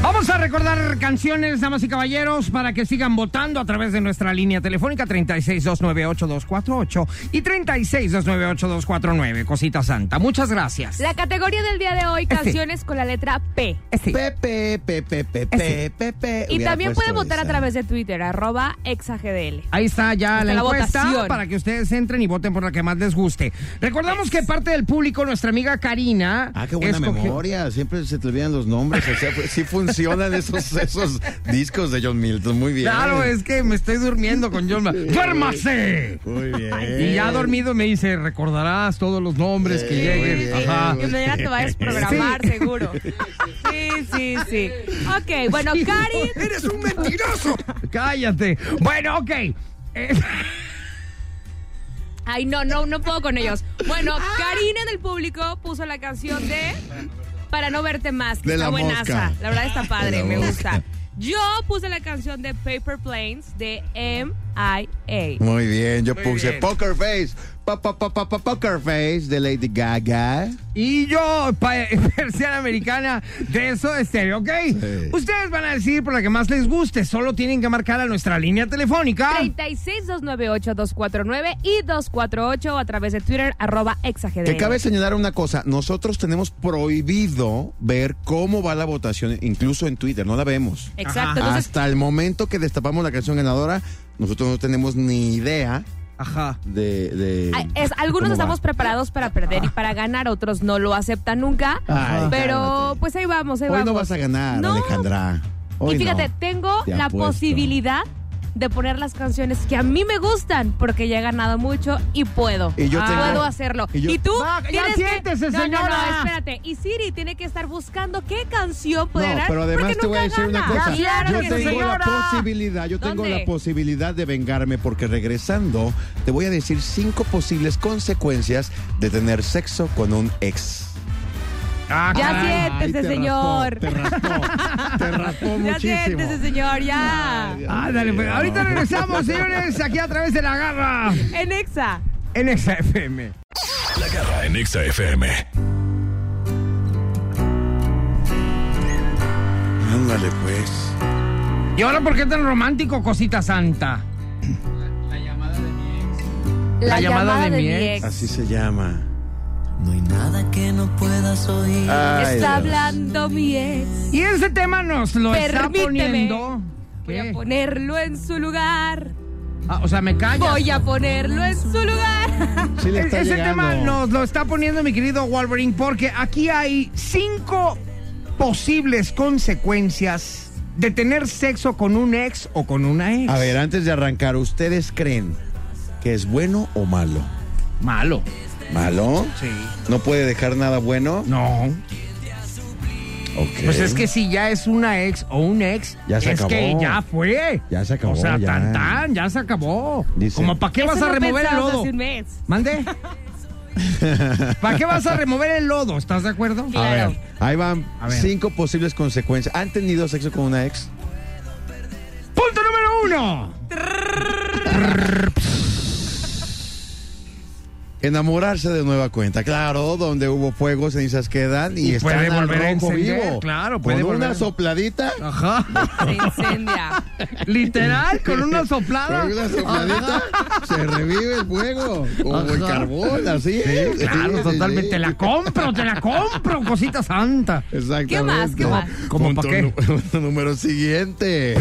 C: Vamos a recordar canciones, damas y caballeros, para que sigan votando a través de nuestra línea telefónica 362982248 y 362982249. Cosita Santa. Muchas gracias.
E: La categoría del día de hoy,
C: Este.
E: canciones con la letra P.
C: Este.
F: Pepe, Pepe, Pepe,
C: Ese.
F: Pepe.
E: Y
F: Hubiera
E: también pueden
F: puesto
E: votar a
F: esa.
E: través de Twitter, arroba exagdl.
C: Ahí está ya
E: Está
C: la,
E: la
C: encuesta
E: votación.
C: para que ustedes entren y voten por la que más les guste. Recordamos que parte del público, nuestra amiga Karina.
F: Ah, qué buena
C: escogió-
F: memoria. Siempre se te olvidan los nombres. O sea, pues, sí funcionan esos, esos discos de John Milton. Muy bien.
C: Claro, es que me estoy durmiendo con John. Ma- ¡Duérmase!
F: Muy bien.
C: Y ya dormido me dice, recordarás todos los nombres que
F: Sí,
C: lleguen.
F: muy bien.
C: Ajá.
E: Y mañana te va a desprogramar,
C: Sí.
E: seguro. Sí, sí, sí. Ok, bueno, Karin.
C: ¡Eres un mentiroso! Cállate. Bueno, ok. Eh,
E: Ay, no, no, no puedo con ellos. Bueno,
F: Ah.
E: Karina del público puso la canción de Para no verte más, que
F: De
E: está
F: la
E: buenaza.
F: mosca.
E: La verdad está
F: De
E: padre,
F: la
E: me
F: mosca.
E: gusta. Yo puse la canción de Paper Planes de M.I.A.
F: Muy bien. Yo puse
C: bien.
F: Poker Face. Pa, pa, pa, pa, pa, poker Face de Lady Gaga.
C: Y yo, pa- persiana americana de eso estéreo, ¿ok?
F: Sí.
C: Ustedes van a decidir por la que más les guste. Solo tienen que marcar a nuestra línea telefónica.
E: 36-298-249 y 248 o a través de Twitter, arroba exagdl.
F: Que cabe señalar una cosa, nosotros tenemos prohibido ver cómo va la votación, incluso en Twitter, no la vemos.
E: Exacto,
C: Ajá.
E: entonces
F: Hasta el momento que destapamos la canción ganadora, nosotros no tenemos ni idea
C: Ajá.
F: de... de
E: Ay, es- algunos
F: Ah, cómo
E: estamos
F: va.
E: preparados para perder y para ganar, otros no lo aceptan nunca.
F: Ay,
E: pero
F: cálmate.
E: pues ahí vamos, ahí
F: Hoy
E: vamos.
F: no vas a ganar,
E: No.
F: Alejandra. Hoy
E: y fíjate,
F: no.
E: tengo
F: Te
E: la
F: apuesto.
E: posibilidad de poner las canciones que a mí me gustan porque ya he ganado mucho y puedo. Ah.
F: Y yo tengo-
E: puedo hacerlo.
F: y
E: Y,
F: yo-
E: tú
C: Va, ya
E: tienes
C: siéntese,
E: que... No, no,
C: señora.
E: no, espérate. Y Siri tiene que estar buscando qué canción puede
F: No,
E: ganar
F: pero además
E: porque
F: te voy
E: nunca
F: a decir una
E: gana.
F: cosa.
E: Claro
F: yo
E: que
F: tengo
E: sí.
F: la posibilidad, yo tengo
E: ¿Dónde?
F: la posibilidad de vengarme porque regresando te voy a decir cinco posibles consecuencias de tener sexo con un ex.
C: Ah,
E: Ya
C: caray.
F: Ay,
E: siéntese,
F: te
E: Este señor.
F: raspó, te raspó, te raspó
E: Ya
F: muchísimo.
E: siéntese, señor, ya.
C: Ah, dale, pues. Ahorita regresamos, señores, aquí a través de la garra
E: En Exa.
C: en XFM.
A: La garra en Exa FM.
F: Ándale, pues.
C: ¿Y ahora por qué tan romántico, cosita santa?
G: La llamada de mi ex.
E: La, llamada, de, mi ex.
F: Así se llama.
H: No hay nada que no puedas oír.
F: Ay, Dios.
E: Está hablando mi ex.
C: Y ese tema nos lo está
E: Permíteme.
C: poniendo.
E: Voy a
C: ¿Qué?
E: ponerlo en su lugar.
C: Ah, o sea, me callas.
E: Voy a ponerlo en su lugar.
F: Sí le
C: E-
F: está
C: ese
F: llegando.
C: tema nos lo está poniendo mi querido Wolverine porque aquí hay cinco posibles consecuencias de tener sexo con un ex o con una ex.
F: A ver, antes de arrancar, ¿ustedes creen que es bueno o malo?
C: Malo.
F: ¿Malo?
C: Sí.
F: ¿No puede dejar nada bueno?
C: No.
F: Ok.
C: Pues es que si ya es una ex o un ex,
F: Ya se
C: es
F: acabó.
C: que ya fue.
F: Ya se acabó,
C: O sea,
F: ya.
C: tan tan, ya se acabó.
F: Dice-
C: Como para qué vas
E: Eso
C: a
E: no
C: remover el
E: pensábamos
C: lodo.
E: hace un mes.
C: ¿Mande? ¿Para qué vas a remover el lodo? ¿Estás de acuerdo?
E: Claro.
F: A ver, ahí van
C: A ver.
F: cinco posibles consecuencias. ¿Han tenido sexo con una ex?
C: Punto número uno.
F: Es Enamorarse de nueva cuenta. Claro, donde hubo fuego, cenizas quedan y,
C: Y
F: están
C: puede
F: al
C: volver a
F: rojo
C: encender,
F: vivo.
C: claro, puede
F: Con una
C: volver.
F: sopladita.
C: Ajá.
E: Se incendia.
C: Literal, con una soplada.
F: Con una sopladita se revive el fuego. Como el
C: Ajá.
F: carbón, así es.
C: Claro,
F: Sí, sí,
C: totalmente.
F: sí.
C: Te la compro, te la compro, cosita santa.
F: Exactamente.
E: ¿Qué más? ¿Qué más?
C: ¿Cómo
F: Punto
C: pa' qué?
F: nu- punto número siguiente.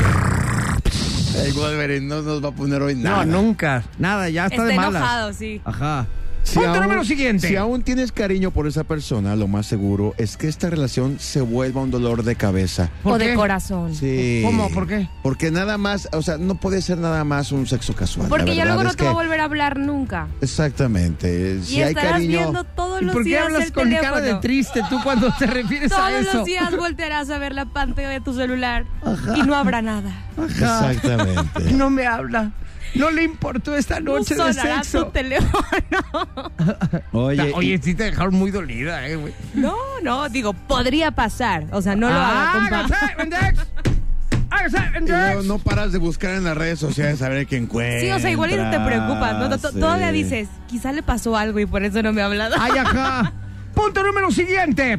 F: El Wolverine no nos va a poner hoy
C: No,
F: nada.
C: nunca. Nada, ya está,
E: Está
C: de malas. Ah,
E: enojado, sí.
C: Ajá.
F: Si
C: Punto
F: aún-
C: número siguiente.
F: Si aún tienes cariño por esa persona, lo más seguro es que esta relación se vuelva un dolor de cabeza.
C: ¿Por
E: o de
C: qué?
E: corazón.
F: Sí.
C: ¿Cómo? ¿Por qué?
F: Porque nada más, o sea, no puede ser nada más un sexo casual.
E: Porque
F: La
E: ya
F: verdad
E: luego no
F: es
E: te va a
F: que-
E: volver a hablar nunca.
F: Exactamente. Si
E: y
F: hay
E: estarás
F: cariño.
E: viendo todos
C: ¿Y
E: los
C: por qué
E: días
C: hablas
E: el
C: con
E: teléfono.
C: cara de triste tú cuando te refieres a
E: todos
C: eso?
E: los días voltearás a ver la pantalla de tu celular y no habrá nada.
C: Ajá.
F: Exactamente.
C: No me habla. No le importó esta
E: No
C: noche de
E: sonará tu
C: sexo.
E: teléfono.
F: Oye,
C: Oye,
F: y-
C: sí te dejaron muy dolida, eh, güey.
E: No, no, digo, podría pasar. O sea, no lo
C: Ah,
E: haga, compa.
C: Hágase, Vendex. Hágase,
F: y luego
C: Vendex.
F: no paras de buscar en las redes sociales a ver qué encuentras.
E: Sí, o sea, igual y no te preocupas. ¿no? No, to-
F: Sí.
E: Todavía dices, quizá le pasó algo y por eso no me ha hablado.
C: Ay, ajá. Punto número siguiente.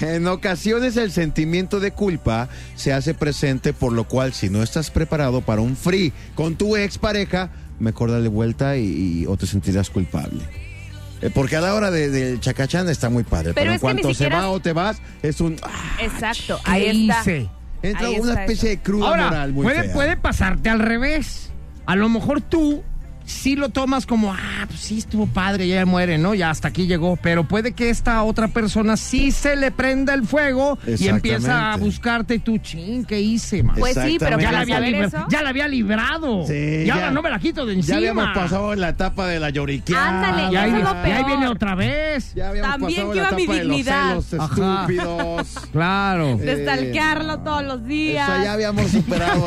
F: En ocasiones el sentimiento de culpa se hace presente, por lo cual si no estás preparado para un free con tu expareja, mejor dale vuelta y, y- o te sentirás culpable. Eh, Porque a la hora de- del chacachán está muy padre, pero,
E: Pero
F: en
E: es que ni
F: cuanto
E: siquiera-
F: se va o te vas, es un... ah,
E: Exacto,
C: ¿Qué
E: ahí está.
C: hice?
F: entra
E: Ahí
F: una
E: está
F: especie de cruda
C: Ahora,
F: moral muy
C: puede,
F: fea.
C: puede pasarte al revés. A lo mejor tú sí lo tomas como, ah, pues sí estuvo padre, ya muere, ¿no? Ya hasta aquí llegó. Pero puede que esta otra persona sí se le prenda el fuego y empieza a
F: Exactamente.
C: buscarte y tú, ching, ¿qué hice, man?
E: Pues sí, pero
C: ya,
F: Exactamente.
E: para
C: la había
E: saber
C: libra-
E: eso.
C: ya la había librado.
F: Sí,
C: y
F: ya.
C: ahora no me la quito de encima.
F: Ya habíamos pasado la etapa de la lloriqueada.
E: Ándale,
C: Y ahí,
E: Eso es lo
C: y ahí
E: peor.
C: viene otra vez.
F: Ya habíamos
E: También
F: pasado
E: que
F: la
E: iba mi
F: etapa de los
E: dignidad.
F: celos
C: Ajá.
F: estúpidos.
C: Claro.
E: De
C: Eh,
E: stalkearlo todos los días.
F: O sea, ya habíamos superado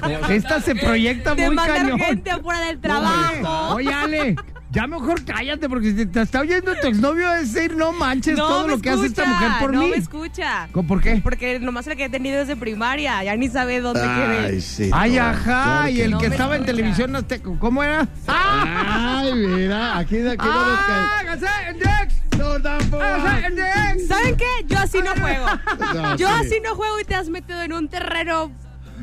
F: cosas.
C: Esta se proyecta
E: de
C: muy
E: mandar
C: cañón.
E: gente afuera del trabajo.
C: Oye, Ale, ya mejor cállate porque si te está oyendo tu exnovio es decir, no manches todo
E: me
C: lo que hace esta
E: escucha,
C: mujer por
E: no
C: mí.
E: me escucha.
C: ¿Con- ¿Por qué?
E: Porque nomás la que he tenido desde primaria, ya ni sabe dónde
F: Ay,
E: quedé.
F: sí.
C: Ay,
F: no,
C: ajá,
F: claro
C: y el
E: no.
C: que
E: No me
C: estaba en
E: escucha. Ah.
C: televisión azteca, ¿cómo era?
F: Ay, mira, aquí, aquí no nos
C: ¡Ah,
F: cae.
C: Gasé, en Dex!
F: No, tampoco.
E: Ah, eh,
C: Gasé, en Dex!
E: ¿Saben qué? Yo así no juego.
F: No,
E: Yo
F: sí.
E: así no juego y te has metido en un terreno.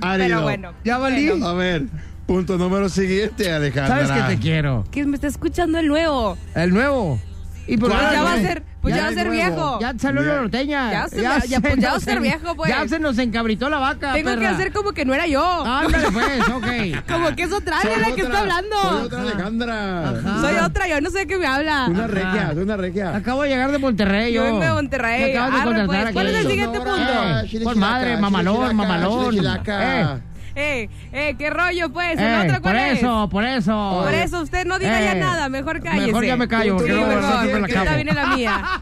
F: Árido.
E: Pero bueno.
C: Ya valí.
F: A ver, punto número siguiente, Alejandra.
C: Sabes que te quiero.
E: Que me está escuchando el nuevo.
C: El nuevo. Y por
E: Pues
F: ¿Cuál,
C: ahora,
E: ya va a
F: güey?
C: güey,
E: ser, pues
F: Ya
E: ya, va a
F: es
E: ser
F: nuevo.
E: viejo.
C: Ya salió la norteña.
E: Ya se la- ya, pues, ya va a
C: nos
E: ser
C: en-
E: viejo, pues.
C: Ya se nos encabritó la vaca.
E: Tengo que
C: perra.
E: hacer como que no era yo.
C: Ándale, pues, ok.
E: Como que es otra área la que está hablando.
F: Soy otra Alejandra.
C: Ajá.
E: Soy otra, yo no sé de qué me habla.
F: Una regia, soy una regia.
C: Acabo de llegar de Monterrey. oh.
E: Yo vengo de Monterrey.
C: Me acabas de
E: Arre,
C: contratar
E: pues,
C: aquí.
E: ¿cuál es el siguiente
F: Sonora,
E: punto?
F: Chile,
C: Por
F: Chilaca,
C: madre,
F: Chile,
C: mamalón,
F: Chilaca,
C: mamalón.
F: Chile, Chilaca.
C: Eh.
E: Eh, eh, qué rollo, pues.
C: Eh,
E: ¿El otro
C: por
E: cuál es?
C: eso, por eso.
E: Por eso usted no diga ya
C: Eh,
E: nada, mejor cállese.
C: Mejor ya me callo,
E: Sí,
C: porque luego
E: mejor,
C: siempre la
E: que ahorita
C: cago.
E: viene la mía.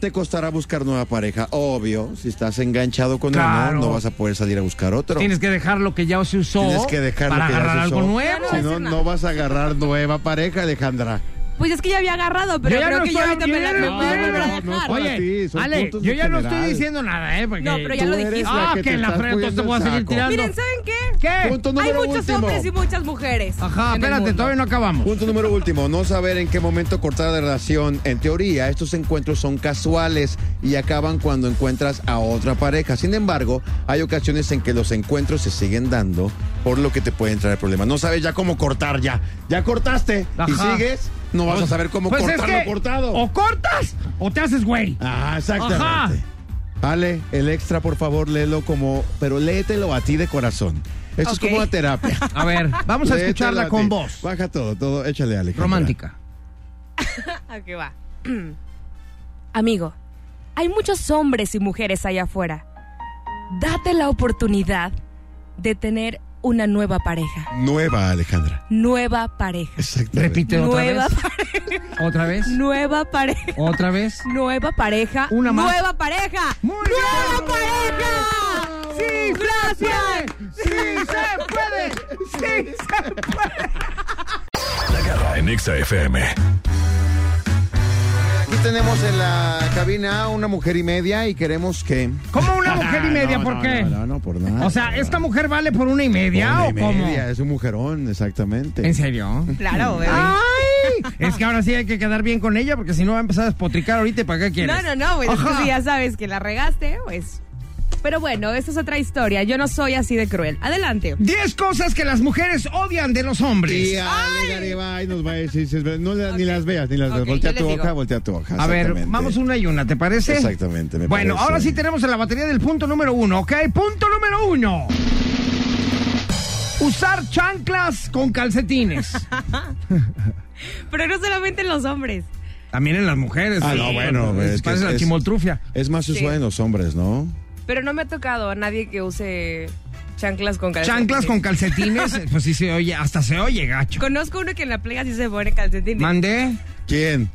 F: Te costará buscar nueva pareja, obvio. Si estás enganchado con
C: Claro.
F: uno, no vas a poder salir a buscar otro.
C: Tienes que dejar lo que ya se usó
F: Tienes que dejar lo
C: para
F: que ya se
C: agarrar algo
F: usó.
C: nuevo.
F: Si
E: no
F: no,
E: hace nada.
F: no vas a agarrar nueva pareja, Alejandra.
E: Pues es que ya había agarrado, pero
C: Yo ya
E: creo
C: no
E: que ya
C: estoy
E: ahorita me la me
C: abriendo,
E: voy a volver a
C: no,
E: dejar.
F: no, no,
C: Oye,
F: Para ti, son
C: Ale, yo
F: puntos
C: ya
F: en
C: no estoy
F: general.
C: diciendo nada, ¿eh? Porque
E: No, pero ya
F: Tú
E: lo
F: eres
E: dijiste.
F: la
C: Ah,
F: que
C: que
F: te
C: en la
F: estás
C: frente te
F: poniendo
C: voy a
F: el
C: seguir
F: saco.
C: tirando.
E: Miren, ¿saben qué?
C: ¿Qué?
F: Punto
E: Hay
F: número
E: muchos
F: último.
E: hombres y muchas mujeres.
C: Ajá,
E: en el
C: espérate,
E: mundo.
C: todavía no acabamos.
F: Punto número último, no saber en qué momento cortar la relación. En teoría, estos encuentros son casuales y acaban cuando encuentras a otra pareja. Sin embargo, hay ocasiones en que los encuentros se siguen dando, por lo que te pueden traer problemas. No sabes ya cómo cortar ya. Ya cortaste y
C: Ajá.
F: sigues, no vas a saber cómo
C: Pues
F: cortar
C: es que
F: lo cortado.
C: o cortas o te haces güey.
F: Ajá, exactamente. Ale, el extra, por favor, léelo como, pero léetelo a ti de corazón. Esto
E: Ok.
F: es como una terapia.
C: A ver, vamos a
F: Léetelo
C: escucharla
F: ti.
C: con voz.
F: Baja todo, todo, échale, Ale.
C: Romántica.
E: Aquí Ah, va. Amigo, hay muchos hombres y mujeres allá afuera. Date la oportunidad de tener una nueva pareja.
F: Nueva, Alejandra.
E: Nueva pareja.
F: Exactamente.
C: Repite otra
E: Nueva
C: vez.
E: pareja.
C: Otra vez.
E: Nueva pareja.
C: Otra vez.
E: Nueva pareja.
C: Una más.
E: Nueva pareja.
C: Muy
E: ¡Nueva
C: bien.
E: pareja!
C: ¡Sí,
E: ¡Gracias!
C: ¡Sí se puede! ¡Sí se
B: En Exa FM.
F: Aquí tenemos en la cabina a una mujer y media y queremos que. Ah,
C: Como una esta mujer y media?
F: No,
C: ¿Por
F: no,
C: qué?
F: No, no, no, por nada.
C: O sea, ¿esta mujer vale por una y media
F: Una y
C: o cómo?
F: media, Es un mujerón, exactamente.
C: ¿En serio?
I: Claro, bebé.
C: ¡Ay! Es que ahora sí hay que quedar bien con ella porque si no va a empezar a despotricar ahorita y para qué quieres.
I: No, no, no, pues es que
C: Ajá.
I: si ya sabes que la regaste, pues.
E: Pero bueno, esa es otra historia. Yo no soy así de cruel. Adelante.
C: 10 cosas que las mujeres odian de los hombres.
F: Y Ale Garibay nos va a decir, si es verdad. no la- ni las veas, ni las
I: Ok,
F: veas. Voltea
I: yo les
F: tu
I: digo.
F: hoja, voltea tu hoja.
C: A ver,
F: exactamente.
C: vamos una y una, ¿te parece?
F: Exactamente, me
C: Bueno,
F: parece.
C: ahora sí tenemos en la batería del punto número uno, ¿ok? Punto número uno. Usar chanclas con calcetines.
E: Pero no solamente en los hombres.
C: También en las mujeres.
F: Ah,
C: Sí.
F: no, bueno,
C: Es,
F: es que
C: parece la
F: es-
C: chimoltrufia.
F: Es más usual en los hombres, ¿no?
E: Pero no me ha tocado a nadie que use chanclas con calcetines.
C: Chanclas con calcetines, pues sí se oye, hasta se oye, gacho.
E: Conozco uno que en la playa sí se pone calcetines.
C: ¿Mandé?
F: ¿Quién?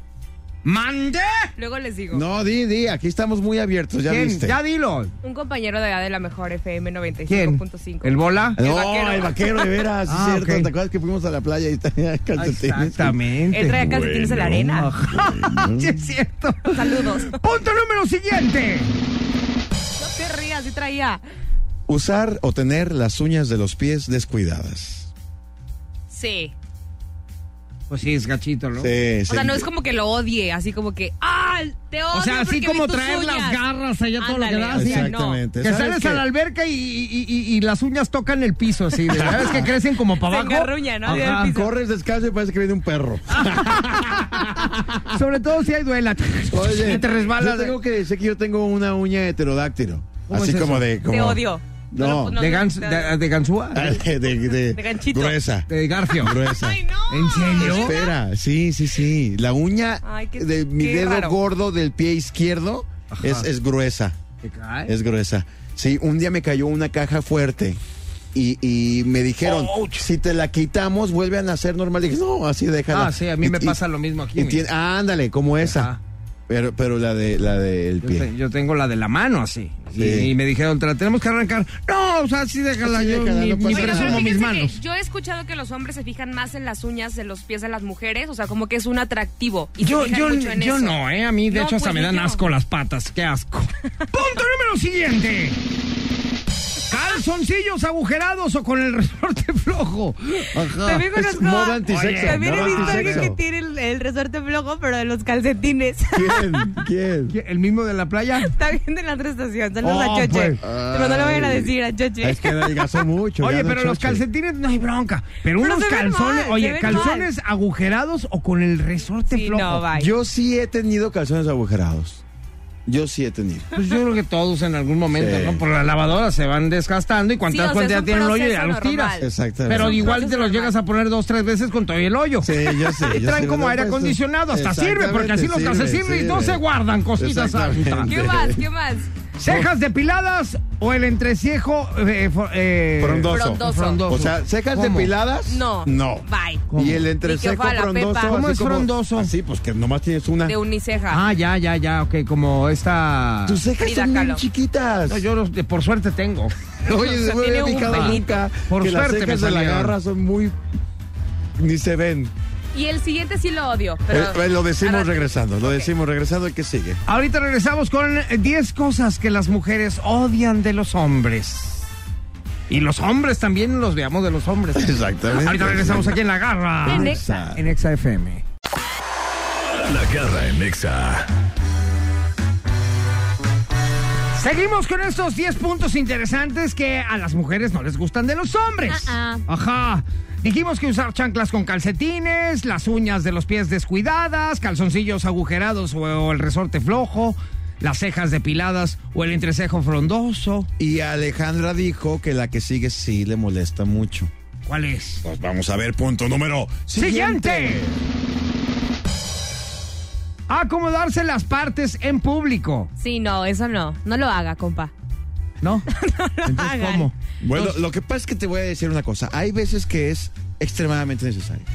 C: ¡Mandé!
E: Luego les digo.
F: No, di, di, aquí estamos muy abiertos, ya
C: ¿Quién?
F: viste.
C: Ya dilo.
E: Un compañero de allá de la mejor FM
C: ¿Quién?
E: 95.5.
C: ¿El bola?
F: no, el vaquero.
E: vaquero.
F: de veras,
C: Ah,
F: es cierto.
C: ok.
F: ¿Te acuerdas que fuimos a la playa y tenía calcetines?
C: Exactamente.
E: Él trae calcetines en la arena.
C: Sí, es cierto.
E: Saludos.
C: Punto número siguiente.
E: No te rías, sí traía.
F: Usar o tener las uñas de los pies descuidadas.
E: Sí.
C: Pues sí, es gachito, ¿no?
F: Sí,
E: O sea, no es como que lo odie, así como que, ¡ah! Te odio.
C: O sea, así
E: porque
C: como
E: vi tus
C: traer las
E: uñas".
C: garras allá todo lo que
E: Ándale,
C: da.
E: o
C: así.
E: sea, no.
F: Exactamente.
C: Que
F: ¿Sabes
C: sales
F: qué?
C: a la alberca y, y- y- y las uñas tocan el piso así. de- ¿Sabes que crecen como para
E: Se
C: abajo?
E: engarruña, ¿no? Así del
C: Ajá.
E: piso.
F: Corres descalzo y parece que viene un perro.
C: Sobre todo si hay duela.
F: Oye,
C: Y te resbalas.
F: Yo tengo que decir que yo tengo una uña heterodáctilo.
C: ¿Cómo
F: Así
C: es
F: como
C: eso?
F: de. Como,
E: Te odio.
F: No,
E: No,
C: De,
E: no,
C: gans-
E: no.
C: de- de gansúa.
F: de, de, de-
E: De ganchito.
F: Gruesa.
C: De Garfio.
F: Gruesa.
E: ¡Ay, no!
C: ¿En serio?
F: Espera, sí, sí, sí. La uña
E: Ay, qué-
F: de mi
E: qué
F: dedo
E: raro.
F: gordo del pie izquierdo es, es gruesa.
C: ¿Te cae?
F: Es gruesa. Sí, un día me cayó una caja fuerte y, y me dijeron, si te la quitamos, vuelve a nacer normal. Dije, no, así déjala.
C: Ah, sí, a mí
F: Y-
C: me
F: y-
C: pasa lo mismo aquí.
F: y tiene- ah, ándale, como esa.
C: Ajá.
F: Pero, pero la de la del
C: Yo,
F: pie.
C: te- yo tengo la de la mano así. Y-
F: Sí.
C: Y, me dijeron, "Te la tenemos que arrancar. No, o sea, sí déjala.
F: Sí,
C: yo
F: déjala,
C: ni,
F: no pasa
C: ni
F: nada.
E: Oiga, pero
C: presumo mis
E: fíjense
C: manos.
E: que yo he escuchado que los hombres se fijan más en las uñas de los pies de las mujeres, o sea, como que es un atractivo. Y se
C: Yo,
E: fijan
C: yo,
E: mucho en
C: yo
E: eso.
C: no, ¿eh? A mí, de
E: No,
C: hecho, hasta
E: pues,
C: me
E: yo
C: dan
E: no.
C: asco las patas. ¡Qué asco! Punto número siguiente. Calzoncillos agujerados o con el resorte flojo.
F: Ajá.
I: También
F: Es
I: conozco-
F: moda antisexo.
C: Oye,
I: También he
F: moda
I: visto a alguien
F: antisexo.
I: que tiene el, el resorte flojo, pero de los calcetines.
F: ¿Quién? ¿Quién?
C: ¿El mismo de la playa?
I: También de la otra estación. Saludos
C: Oh,
I: a Choche.
C: pues.
I: Pero no lo voy a ir a decir a Choche.
F: Es que adelgazó mucho.
C: Oye,
F: ya no
C: pero los
F: choche.
C: calcetines no hay bronca. Pero
I: Pero
C: unos
I: se ven
C: calzones,
I: mal, se
C: oye,
I: ven
C: calzones agujerados o con el resorte
I: Sí,
C: flojo.
I: no, bye.
F: Yo sí he tenido calzones agujerados. Yo sí he tenido.
C: Pues yo creo que todos en algún momento,
F: Sí.
C: ¿no? Por la lavadora se van desgastando y
E: Sí, o
C: cuantas
E: sea,
C: cuantas
E: es
C: ya
E: un
C: tienen el hoyo ya
E: proceso
C: los tiras.
E: normal.
F: Exactamente.
C: Pero igual
E: proceso
C: te los
E: normal.
C: llegas a poner dos, tres veces con todo el hoyo.
F: Sí, yo sé.
C: Y
F: yo
C: traen
F: sé,
C: como
F: lo he
C: aire
F: puesto.
C: acondicionado, hasta sirve, porque así los
F: Exactamente,
C: calcetines
F: sirve,
C: no se
F: sirve.
C: guardan, cositas
F: Exactamente.
C: santas.
E: ¿Qué más? ¿Qué más?
C: ¿Cejas depiladas o el entrecejo eh, fo- eh,
F: Frondoso.
E: Frondoso.
C: frondoso?
F: O sea, cejas
C: ¿Cómo?
F: depiladas.
E: No.
F: No.
E: Bye.
F: Y
E: Ni
F: el
E: que
F: entrecejo
E: fuera la
F: frondoso.
E: pepa.
F: así
C: ¿Cómo es
F: como-
C: frondoso?
F: Así, pues que nomás tienes una.
E: De uniceja.
C: Ah, ya, ya, ya, ok, como esta...
F: Tus cejas
E: Frida
F: son bien
E: Kahlo.
F: chiquitas.
C: No, yo los- de- por suerte tengo.
F: Oye, se me
E: tiene
F: había
E: un
F: picado
E: pelito.
F: nunca
C: Por
F: que las
C: suerte me
F: cejas de la
C: salieron.
F: garra son muy... Ni se ven.
E: Y el siguiente sí lo odio. Pero
F: Eh, eh, lo decimos
E: Ahora-
F: regresando, lo
E: Ok.
F: decimos regresando. ¿Y qué sigue?
C: Ahorita regresamos con eh, 10 cosas que las mujeres odian de los hombres. Y los hombres también los veamos de los hombres.
F: Exactamente.
C: Ahorita regresamos aquí en La Garra.
E: En Exa.
C: En Exa FM.
A: La garra en Exa.
C: Seguimos con estos 10 puntos interesantes que a las mujeres no les gustan de los hombres.
E: Ah,
C: Ajá. Dijimos que usar chanclas con calcetines, las uñas de los pies descuidadas, calzoncillos agujerados o, o el resorte flojo, las cejas depiladas o el entrecejo frondoso.
F: Y Alejandra dijo que la que sigue sí le molesta mucho.
C: ¿Cuál es?
F: Pues vamos a ver, punto número
C: Siguiente. Acomodarse las partes en público.
E: Sí, no, eso no. No lo haga, compa.
C: ¿No? Entonces,
E: hagan.
C: ¿cómo?
F: Bueno, lo que pasa es que te voy a decir una cosa. Hay veces que es extremadamente necesario.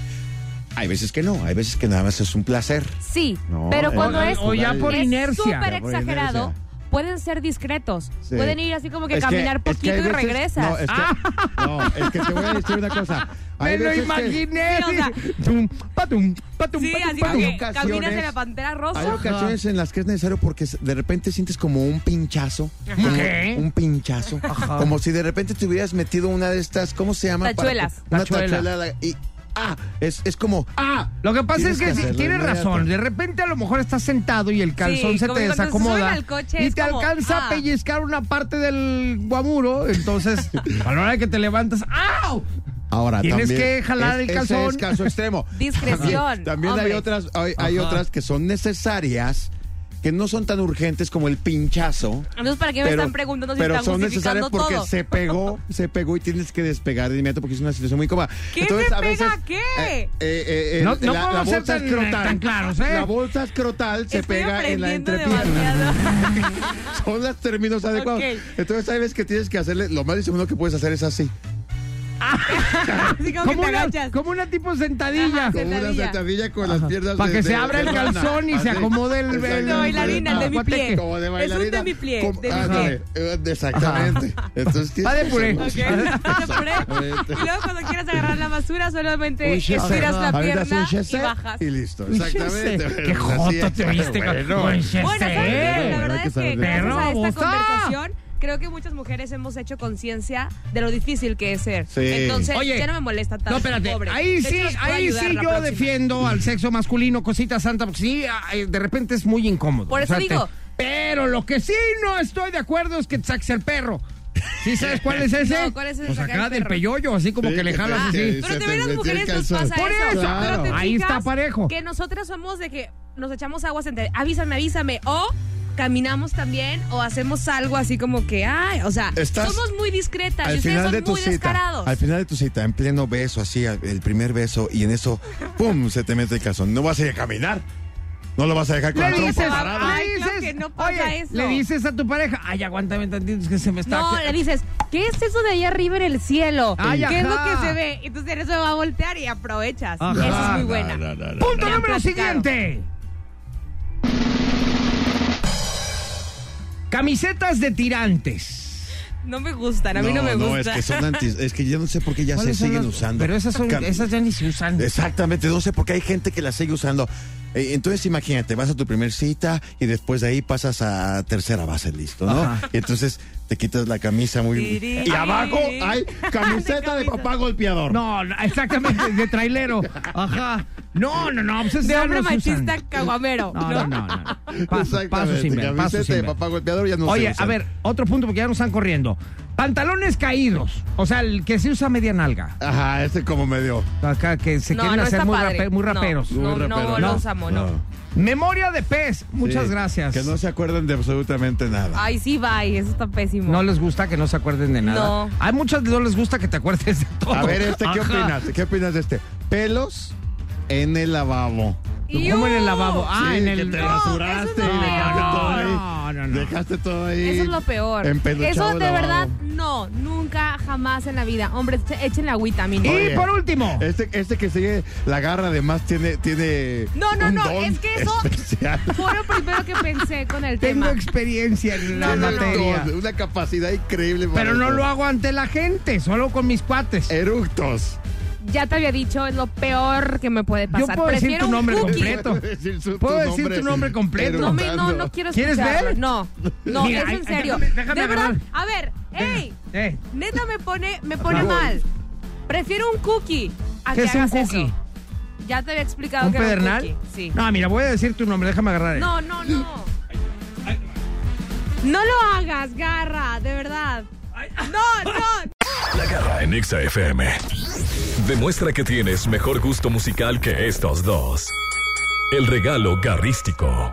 F: Hay veces que no. Hay veces que nada más es un placer.
E: Sí,
F: No,
E: pero
F: eh,
E: cuando
F: o-
E: es
C: o ya por
E: es
C: inercia.
E: súper
F: Ya por
E: exagerado
F: inercia.
E: pueden ser discretos.
F: Sí.
E: Pueden ir así como que
F: Es
E: caminar
F: es que
E: poquito
F: hay
E: y
F: veces-
E: regresas.
F: No es, que, no, es que te voy a decir una cosa.
C: Me
F: Hay
C: lo
F: veces que-
C: imaginé.
I: Sí, o sea-
C: Tum, patum, patum,
I: Sí,
C: patum,
I: así
C: patum.
I: como que
F: ocasiones-
I: caminas en la pantera
F: Hay
I: rosa.
F: ocasiones en las que es necesario porque de repente sientes como un pinchazo. como
C: Ok.
F: Un pinchazo. Como si de repente te hubieras metido una de estas, ¿cómo se llama? Para-
E: Tachuelas.
F: Una
G: Tachuela.
F: tachuela. Y, ah, es, es como...
C: Ah, lo que pasa
F: Tienes
C: es que,
F: que
C: sí,
F: hacerlo
C: tienes
F: inmediato.
C: razón. De repente a lo mejor estás sentado y el calzón
I: Sí,
C: se
I: como
C: te
I: cuando se
C: desacomoda
I: suben al coche,
C: y
I: es
C: te
I: como,
C: alcanza a
I: ah.
C: pellizcar una parte del guamuro. Entonces, a la hora que te levantas, ¡au!
F: Ahora
C: Tienes
F: también,
C: que jalar el
F: ese
C: calzón.
F: es caso extremo.
E: Discreción,
F: También, también hay
E: hombres.
F: otras, hay, hay
C: Ajá.
F: otras que son necesarias, que no son tan urgentes como el pinchazo.
E: Entonces, ¿para qué me están preguntando si
F: pero
E: están
F: son necesarias
E: justificando
F: porque
E: todo?
F: se pegó, se pegó y tienes que despegar de inmediato porque es una situación muy cómoda.
I: ¿Qué
F: Entonces,
I: se
F: a veces,
I: pega? ¿Qué?
F: eh, eh, eh,
C: No-
F: el-
C: no
F: la, la
C: podemos ser
F: bolsa
C: tan-
F: escrotal.
C: tan claros, ¿eh?
F: La bolsa escrotal se
I: Estoy
F: pega en la
I: aprendiendo
F: entrepierna.
I: demasiado.
F: Son los términos adecuados.
I: Ok.
F: Entonces, sabes que tienes que hacerle, lo más segundo que puedes hacer es así.
I: Así como que
C: Como
I: te
C: una,
I: agachas.
C: como una tipo sentadilla.
I: Ajá,
F: Como una
I: Sentadilla.
F: sentadilla con las piernas
C: Para
F: de-
C: que
F: de-
C: se abra
F: de
C: el
F: lana.
C: calzón y se
F: Así.
C: acomode el-
F: Exacto.
C: el-
I: De bailarina, el demi-pie.
F: Ah, Como de
I: Es un
F: bailarina.
I: demi-pie,
F: Como-
I: demi-pie.
F: ándale, eh, Exactamente. Entonces
C: Va
F: tienes
C: de
F: que
C: puré.
F: hacerlo así.
I: Ok.
F: Exactamente.
I: Y luego cuando quieras agarrar la basura, solamente
F: Un shesel.
I: estiras la
F: Avientas un
I: pierna y
F: shesel
I: bajas.
F: y listo.
C: Yo sé.
F: Exactamente.
C: Qué
F: Así
C: joto
F: es.
C: te viste
F: Bueno,
C: con con
I: Bueno, ¿sabes
C: Chesel.
I: qué?
F: Sí,
I: la verdad es
F: hay que
I: que
F: saber de
C: todo.
I: gracias a
C: Perro,
I: esta
C: gusta.
I: conversación, creo que muchas mujeres hemos hecho conciencia de lo difícil que es ser.
F: Sí.
I: Entonces,
C: Oye,
I: ya no me molesta tanto.
C: No, espérate.
I: pobre. De
C: Ahí
I: hecho,
C: sí,
I: los puedo
C: ahí
I: ayudar
C: sí
I: la
C: yo
I: próxima.
C: defiendo al sexo masculino, cosita santa, porque sí, ah, eh, de repente es muy incómodo.
E: Por eso digo.
C: pero lo que sí no estoy de acuerdo es que te saques el perro. ¿Sí sabes cuál es ese?
E: No, ¿cuál es ese
C: Pues
E: sacar
C: acá
E: el
C: del
E: perro?
C: peyollo, así como
F: Sí,
C: que le
F: que
C: jalas
F: te-
C: así.
F: que-
I: Pero
F: Se te
I: también las
F: metió
I: mujeres
F: el
I: nos
F: calzón.
I: pasa
C: Por
I: eso.
C: eso,
I: Pero te
C: ahí
I: fijas
C: está parejo.
I: Que nosotras somos de que nos echamos aguas entre avísame, avísame. O caminamos también o hacemos algo así como que, ay, o sea,
F: Estás-
I: somos muy discretas y
F: Al
I: ustedes
F: final
I: son
F: de tu
I: muy
F: cita,
I: descarados.
F: al final de tu cita, en pleno beso, así, al- el primer beso, y en eso, ¡pum! se te mete el calzón. No vas a ir a caminar. No lo vas a dejar con la
C: Le
F: trompa
C: dices,
F: parada.
I: Ay,
C: le
I: claro
C: dices,
I: que no pasa
C: oye,
I: eso.
C: le dices a tu pareja, ay, aguántame tantito, es que se me está...
E: No, le dices, ¿qué es eso de allá arriba en el cielo?
C: Ay,
I: ¿Qué es lo
C: ajá.
I: que se ve? Entonces en eso va a voltear y aprovechas.
C: Ajá.
I: Esa es muy
F: No,
I: buena.
F: no, no, no, no.
C: Punto
I: Me han
C: número
I: platicado.
C: siguiente. Camisetas de tirantes.
I: No me gustan, a mí no, me
F: no,
I: gustan.
F: es que son antis. Es que yo no sé por qué ya se
C: ¿Cuáles son
F: siguen
C: las-
F: usando.
C: Pero esas, son,
F: Cam-
C: esas ya ni se usan.
F: Exactamente, no sé por qué hay gente que las sigue usando. Eh, Entonces imagínate, vas a tu primer cita y después de ahí pasas a tercera base, listo, ¿no?
C: Ajá.
F: Y entonces te quitas la camisa muy...
I: Tiri.
F: Y abajo hay camiseta de
I: camisa.
F: papá golpeador.
C: No, no, exactamente, de trailero. Ajá. No, no, no. Pues esas
I: De
C: ya
I: hombre
C: no se usan.
I: machista caguamero.
C: No,
I: No,
C: no, no. no. Paso,
F: Exactamente,
C: paso sin ver,
F: camiseta
C: paso sin
F: de
C: ver.
F: papá golpeador ya no se
C: Oye,
F: usa.
C: a ver, otro punto porque ya nos están corriendo. Pantalones caídos. O sea, el que se usa media nalga.
F: Ajá, este como medio...
C: Acá, que se
E: No,
C: quieren
E: no
C: hacer
E: está
C: muy,
E: padre.
C: rape- muy
E: No.
C: raperos.
E: No,
F: muy
E: no,
F: rapero,
E: lo usamos, no.
C: Memoria de pez. Muchas
F: Sí,
C: gracias.
F: Que no se acuerdan de absolutamente nada.
E: Ay, sí, bye, eso está pésimo.
C: No les gusta que no se acuerden de nada.
E: No.
C: Hay muchas que no les gusta que te acuerdes de todo.
F: A ver, este,
C: Ajá.
F: ¿qué opinas? ¿Qué opinas de este? Pelos en el lavabo.
C: ¿Cómo en el lavabo? Ah,
F: Sí,
C: en
F: que
C: el.
F: te
C: No,
F: rasuraste
E: eso es
F: y
E: lo
F: dejaste
E: peor.
F: todo ahí.
C: no, no, no.
F: Dejaste todo ahí.
E: Eso es lo peor.
F: empeluchado
E: Eso de
F: lavado.
E: verdad, no, nunca, jamás en la vida. Hombre, echen la agüita a mí.
C: Y
E: no.
F: Oye.
C: por último.
F: Este, este que sigue la garra además tiene, tiene
E: No, no,
F: un
E: no,
F: don
E: es que eso-
F: especial.
E: Fue lo primero que pensé con el
C: Tengo
E: tema.
C: experiencia en la
F: Tiene un
C: materia.
F: don, una capacidad increíble. Eh, para
C: Pero no
F: eso.
C: lo hago ante la gente, solo con mis cuates.
F: Eructos.
E: Ya te había dicho, es lo peor que me puede pasar.
C: puedo decir
E: Prefiero
C: tu
E: un
C: nombre
E: cookie.
C: completo.
F: Puedo decir su-
C: Puedo decir tu nombre completo.
E: No, me- no,
F: eructando.
E: no quiero
C: ¿Quieres ver?
E: escucharlo. No, no,
C: Mira,
E: es
C: ay,
E: en serio.
C: déjame- déjame
E: de verdad,
C: agarrar.
E: a ver, ey,
C: Eh,
E: neta me pone, me pone
F: Ajá.
E: mal. Prefiero un cookie a
C: ¿Qué
E: que
C: es un
E: hagas
C: cookie?
E: eso. Ya te había explicado
C: ¿Un
E: que era
C: pedernal?
E: Ah, un cookie. Sí.
C: No, mira, voy a decir tu nombre, déjame agarrar. eh.
E: No, no, no. No lo hagas, garra, de verdad. No, no,
A: La garra en Exa FM. Demuestra que tienes mejor gusto musical que estos dos. El regalo garrístico.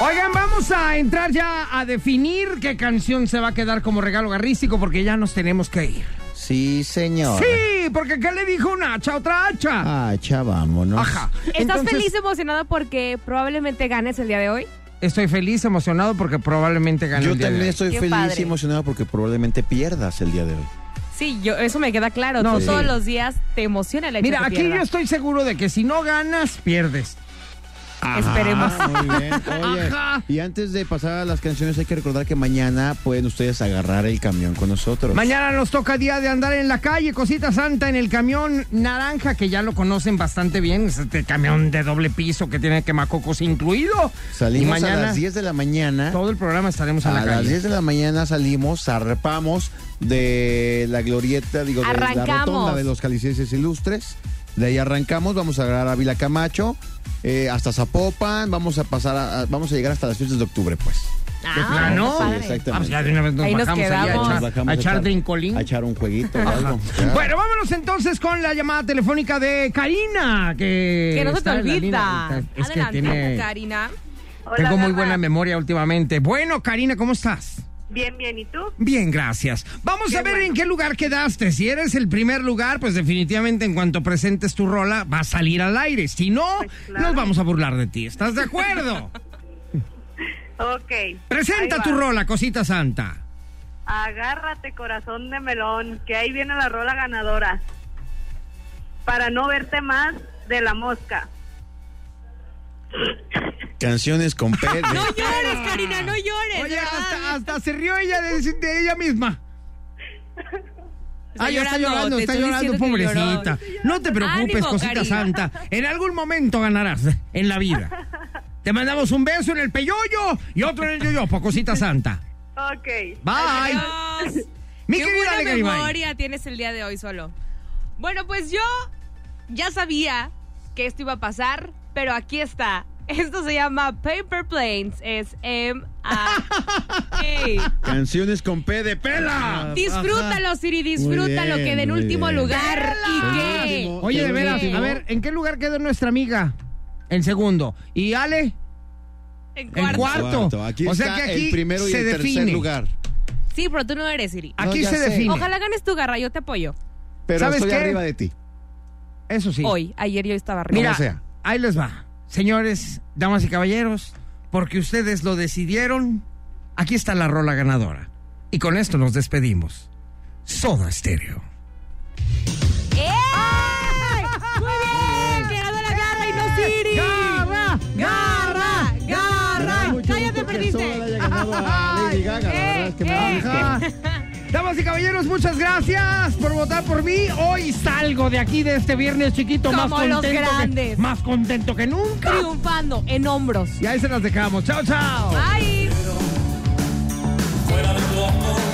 C: Oigan, vamos a entrar ya a definir qué canción se va a quedar como regalo garrístico porque ya nos tenemos que ir.
F: Sí, señor.
C: Sí, porque ¿qué le dijo una hacha a otra hacha?
F: Ah, ya vámonos.
C: Ajá.
E: ¿Estás
C: Entonces,
E: feliz, emocionado porque probablemente ganes el día de hoy?
C: Estoy feliz, emocionado porque probablemente gane
F: Yo
C: el día de
F: también
C: hoy.
F: estoy
E: Qué
F: feliz
E: padre.
F: y emocionado porque probablemente pierdas el día de hoy.
E: Sí, yo, eso me queda claro.
C: No,
E: Tú
C: sí.
E: todos los días te emociona el hecho
C: Mira,
E: que
C: aquí
E: pierdas.
C: yo estoy seguro de que si no ganas, pierdes.
J: Esperemos.
F: Ah, Muy bien. Oye, y antes de pasar a las canciones, hay que recordar que mañana pueden ustedes agarrar el camión con nosotros.
C: Mañana nos toca día de andar en la calle, cosita santa en el camión naranja, que ya lo conocen bastante bien, es este camión de doble piso que tiene quemacocos incluido.
F: Salimos
C: y mañana
F: a las 10 de la mañana.
C: todo el programa estaremos en
F: A
C: la
F: las
C: calle.
F: 10 de la mañana salimos, zarpamos de la glorieta, digo, de la
J: Arrancamos.
F: rotonda de los calicienses ilustres. De ahí arrancamos, vamos a agarrar a Vila Camacho, eh, hasta Zapopan, vamos a pasar a- a- vamos a llegar hasta las fiestas de octubre, pues.
C: Ah, ¿no?
F: Sí,
C: Ah, pues
F: exactamente.
C: ya de una vez nos
J: Ahí nos
C: bajamos ahí a
J: quedamos.
C: echar-
F: Nos bajamos
C: a echar de
F: A echar un jueguito o algo.
C: Bueno, vámonos entonces con la llamada telefónica de Karina, que...
J: Que no se te
C: está en la
J: olvida.
C: línea. Es que
E: Adelante,
C: tiene-
E: Karina.
D: Hola,
C: Tengo muy
D: Garra.
C: buena memoria últimamente. Bueno, Karina, ¿cómo estás?
D: Bien, bien, ¿y tú?
C: Bien, gracias. Vamos a ver en qué lugar quedaste. Si eres el primer lugar, pues definitivamente en cuanto presentes tu rola va a salir al aire. Si no,
D: Pues claro.
C: nos vamos a burlar de ti. ¿Estás de acuerdo?
D: Ok.
C: Presenta
D: ahí
C: tu
D: va.
C: rola, cosita santa.
D: Agárrate, corazón de melón, que ahí viene la rola ganadora. Para no verte más de la mosca.
F: Canciones con P. de-
E: No llores, Karina, no llores.
C: Oye,
E: de verdad.
C: hasta, hasta se rió ella de, de ella misma.
E: Está
C: Ah, ya está
E: llorando,
C: llorando,
E: te
C: está
E: estoy
C: llorando,
E: diciendo que lloró.
C: pobrecita. No te preocupes,
E: Ánimo,
C: cosita
E: Karina.
C: santa. En algún momento ganarás en la vida. Te mandamos un beso en el peyoyo y otro en el yoyopo, cosita santa.
D: Ok.
C: Bye.
E: Dios.
C: Mi
E: Qué
C: querida
E: buena
C: Ale Garibay.
E: memoria tienes el día de hoy solo. Bueno, pues yo ya sabía que esto iba a pasar, pero aquí está. Esto se llama Paper Planes, es M A A.
F: Canciones con P de
C: Ah,
F: pela.
E: Disfrútalo, Siri, disfrútalo,
F: bien,
E: que del
F: muy
E: último
F: bien.
E: lugar
F: ¡Vela!
E: y que
F: Último.
C: Oye, de
F: Qué
C: veras,
E: bonito.
C: a ver, ¿en qué lugar quedó nuestra amiga? En segundo. ¿Y Ale?
E: en
C: En
E: cuarto.
C: ah, cuarto.
F: Aquí
C: o sea
F: está
C: que aquí
F: el primero y
C: se
F: el
C: define.
F: tercer lugar.
E: Sí, pero tú no eres Siri.
C: Aquí
F: ya
C: se
F: sé.
C: define.
E: Ojalá ganes tu garra, yo te apoyo.
F: Pero
C: ¿Sabes
F: estoy
C: qué?
F: arriba de ti.
C: Eso sí.
J: Hoy, ayer yo estaba arriba.
C: Mira,
F: Como sea.
C: ahí les va. Señores, damas y caballeros, porque ustedes lo decidieron, aquí está la rola ganadora. Y con esto nos despedimos. Soda Stereo.
E: ¡Eh! ¡Muy bien! Quedando la garra y no Siri.
C: ¡Eh!
E: ¡Eh!
C: ¡Garra!
E: ¡Garra! ¡Garra! ¡Cállate, perdiste! Eh, eh.
C: Ajá. Damas y caballeros, muchas gracias por votar por mí. Hoy salgo de aquí de este viernes chiquito más
E: Como los
C: contento, que,
E: grandes.
C: más contento que nunca.
E: Triunfando en hombros.
C: Y ahí se las dejamos. Chao, chao.
E: Bye.
K: Fuera de tu ojo,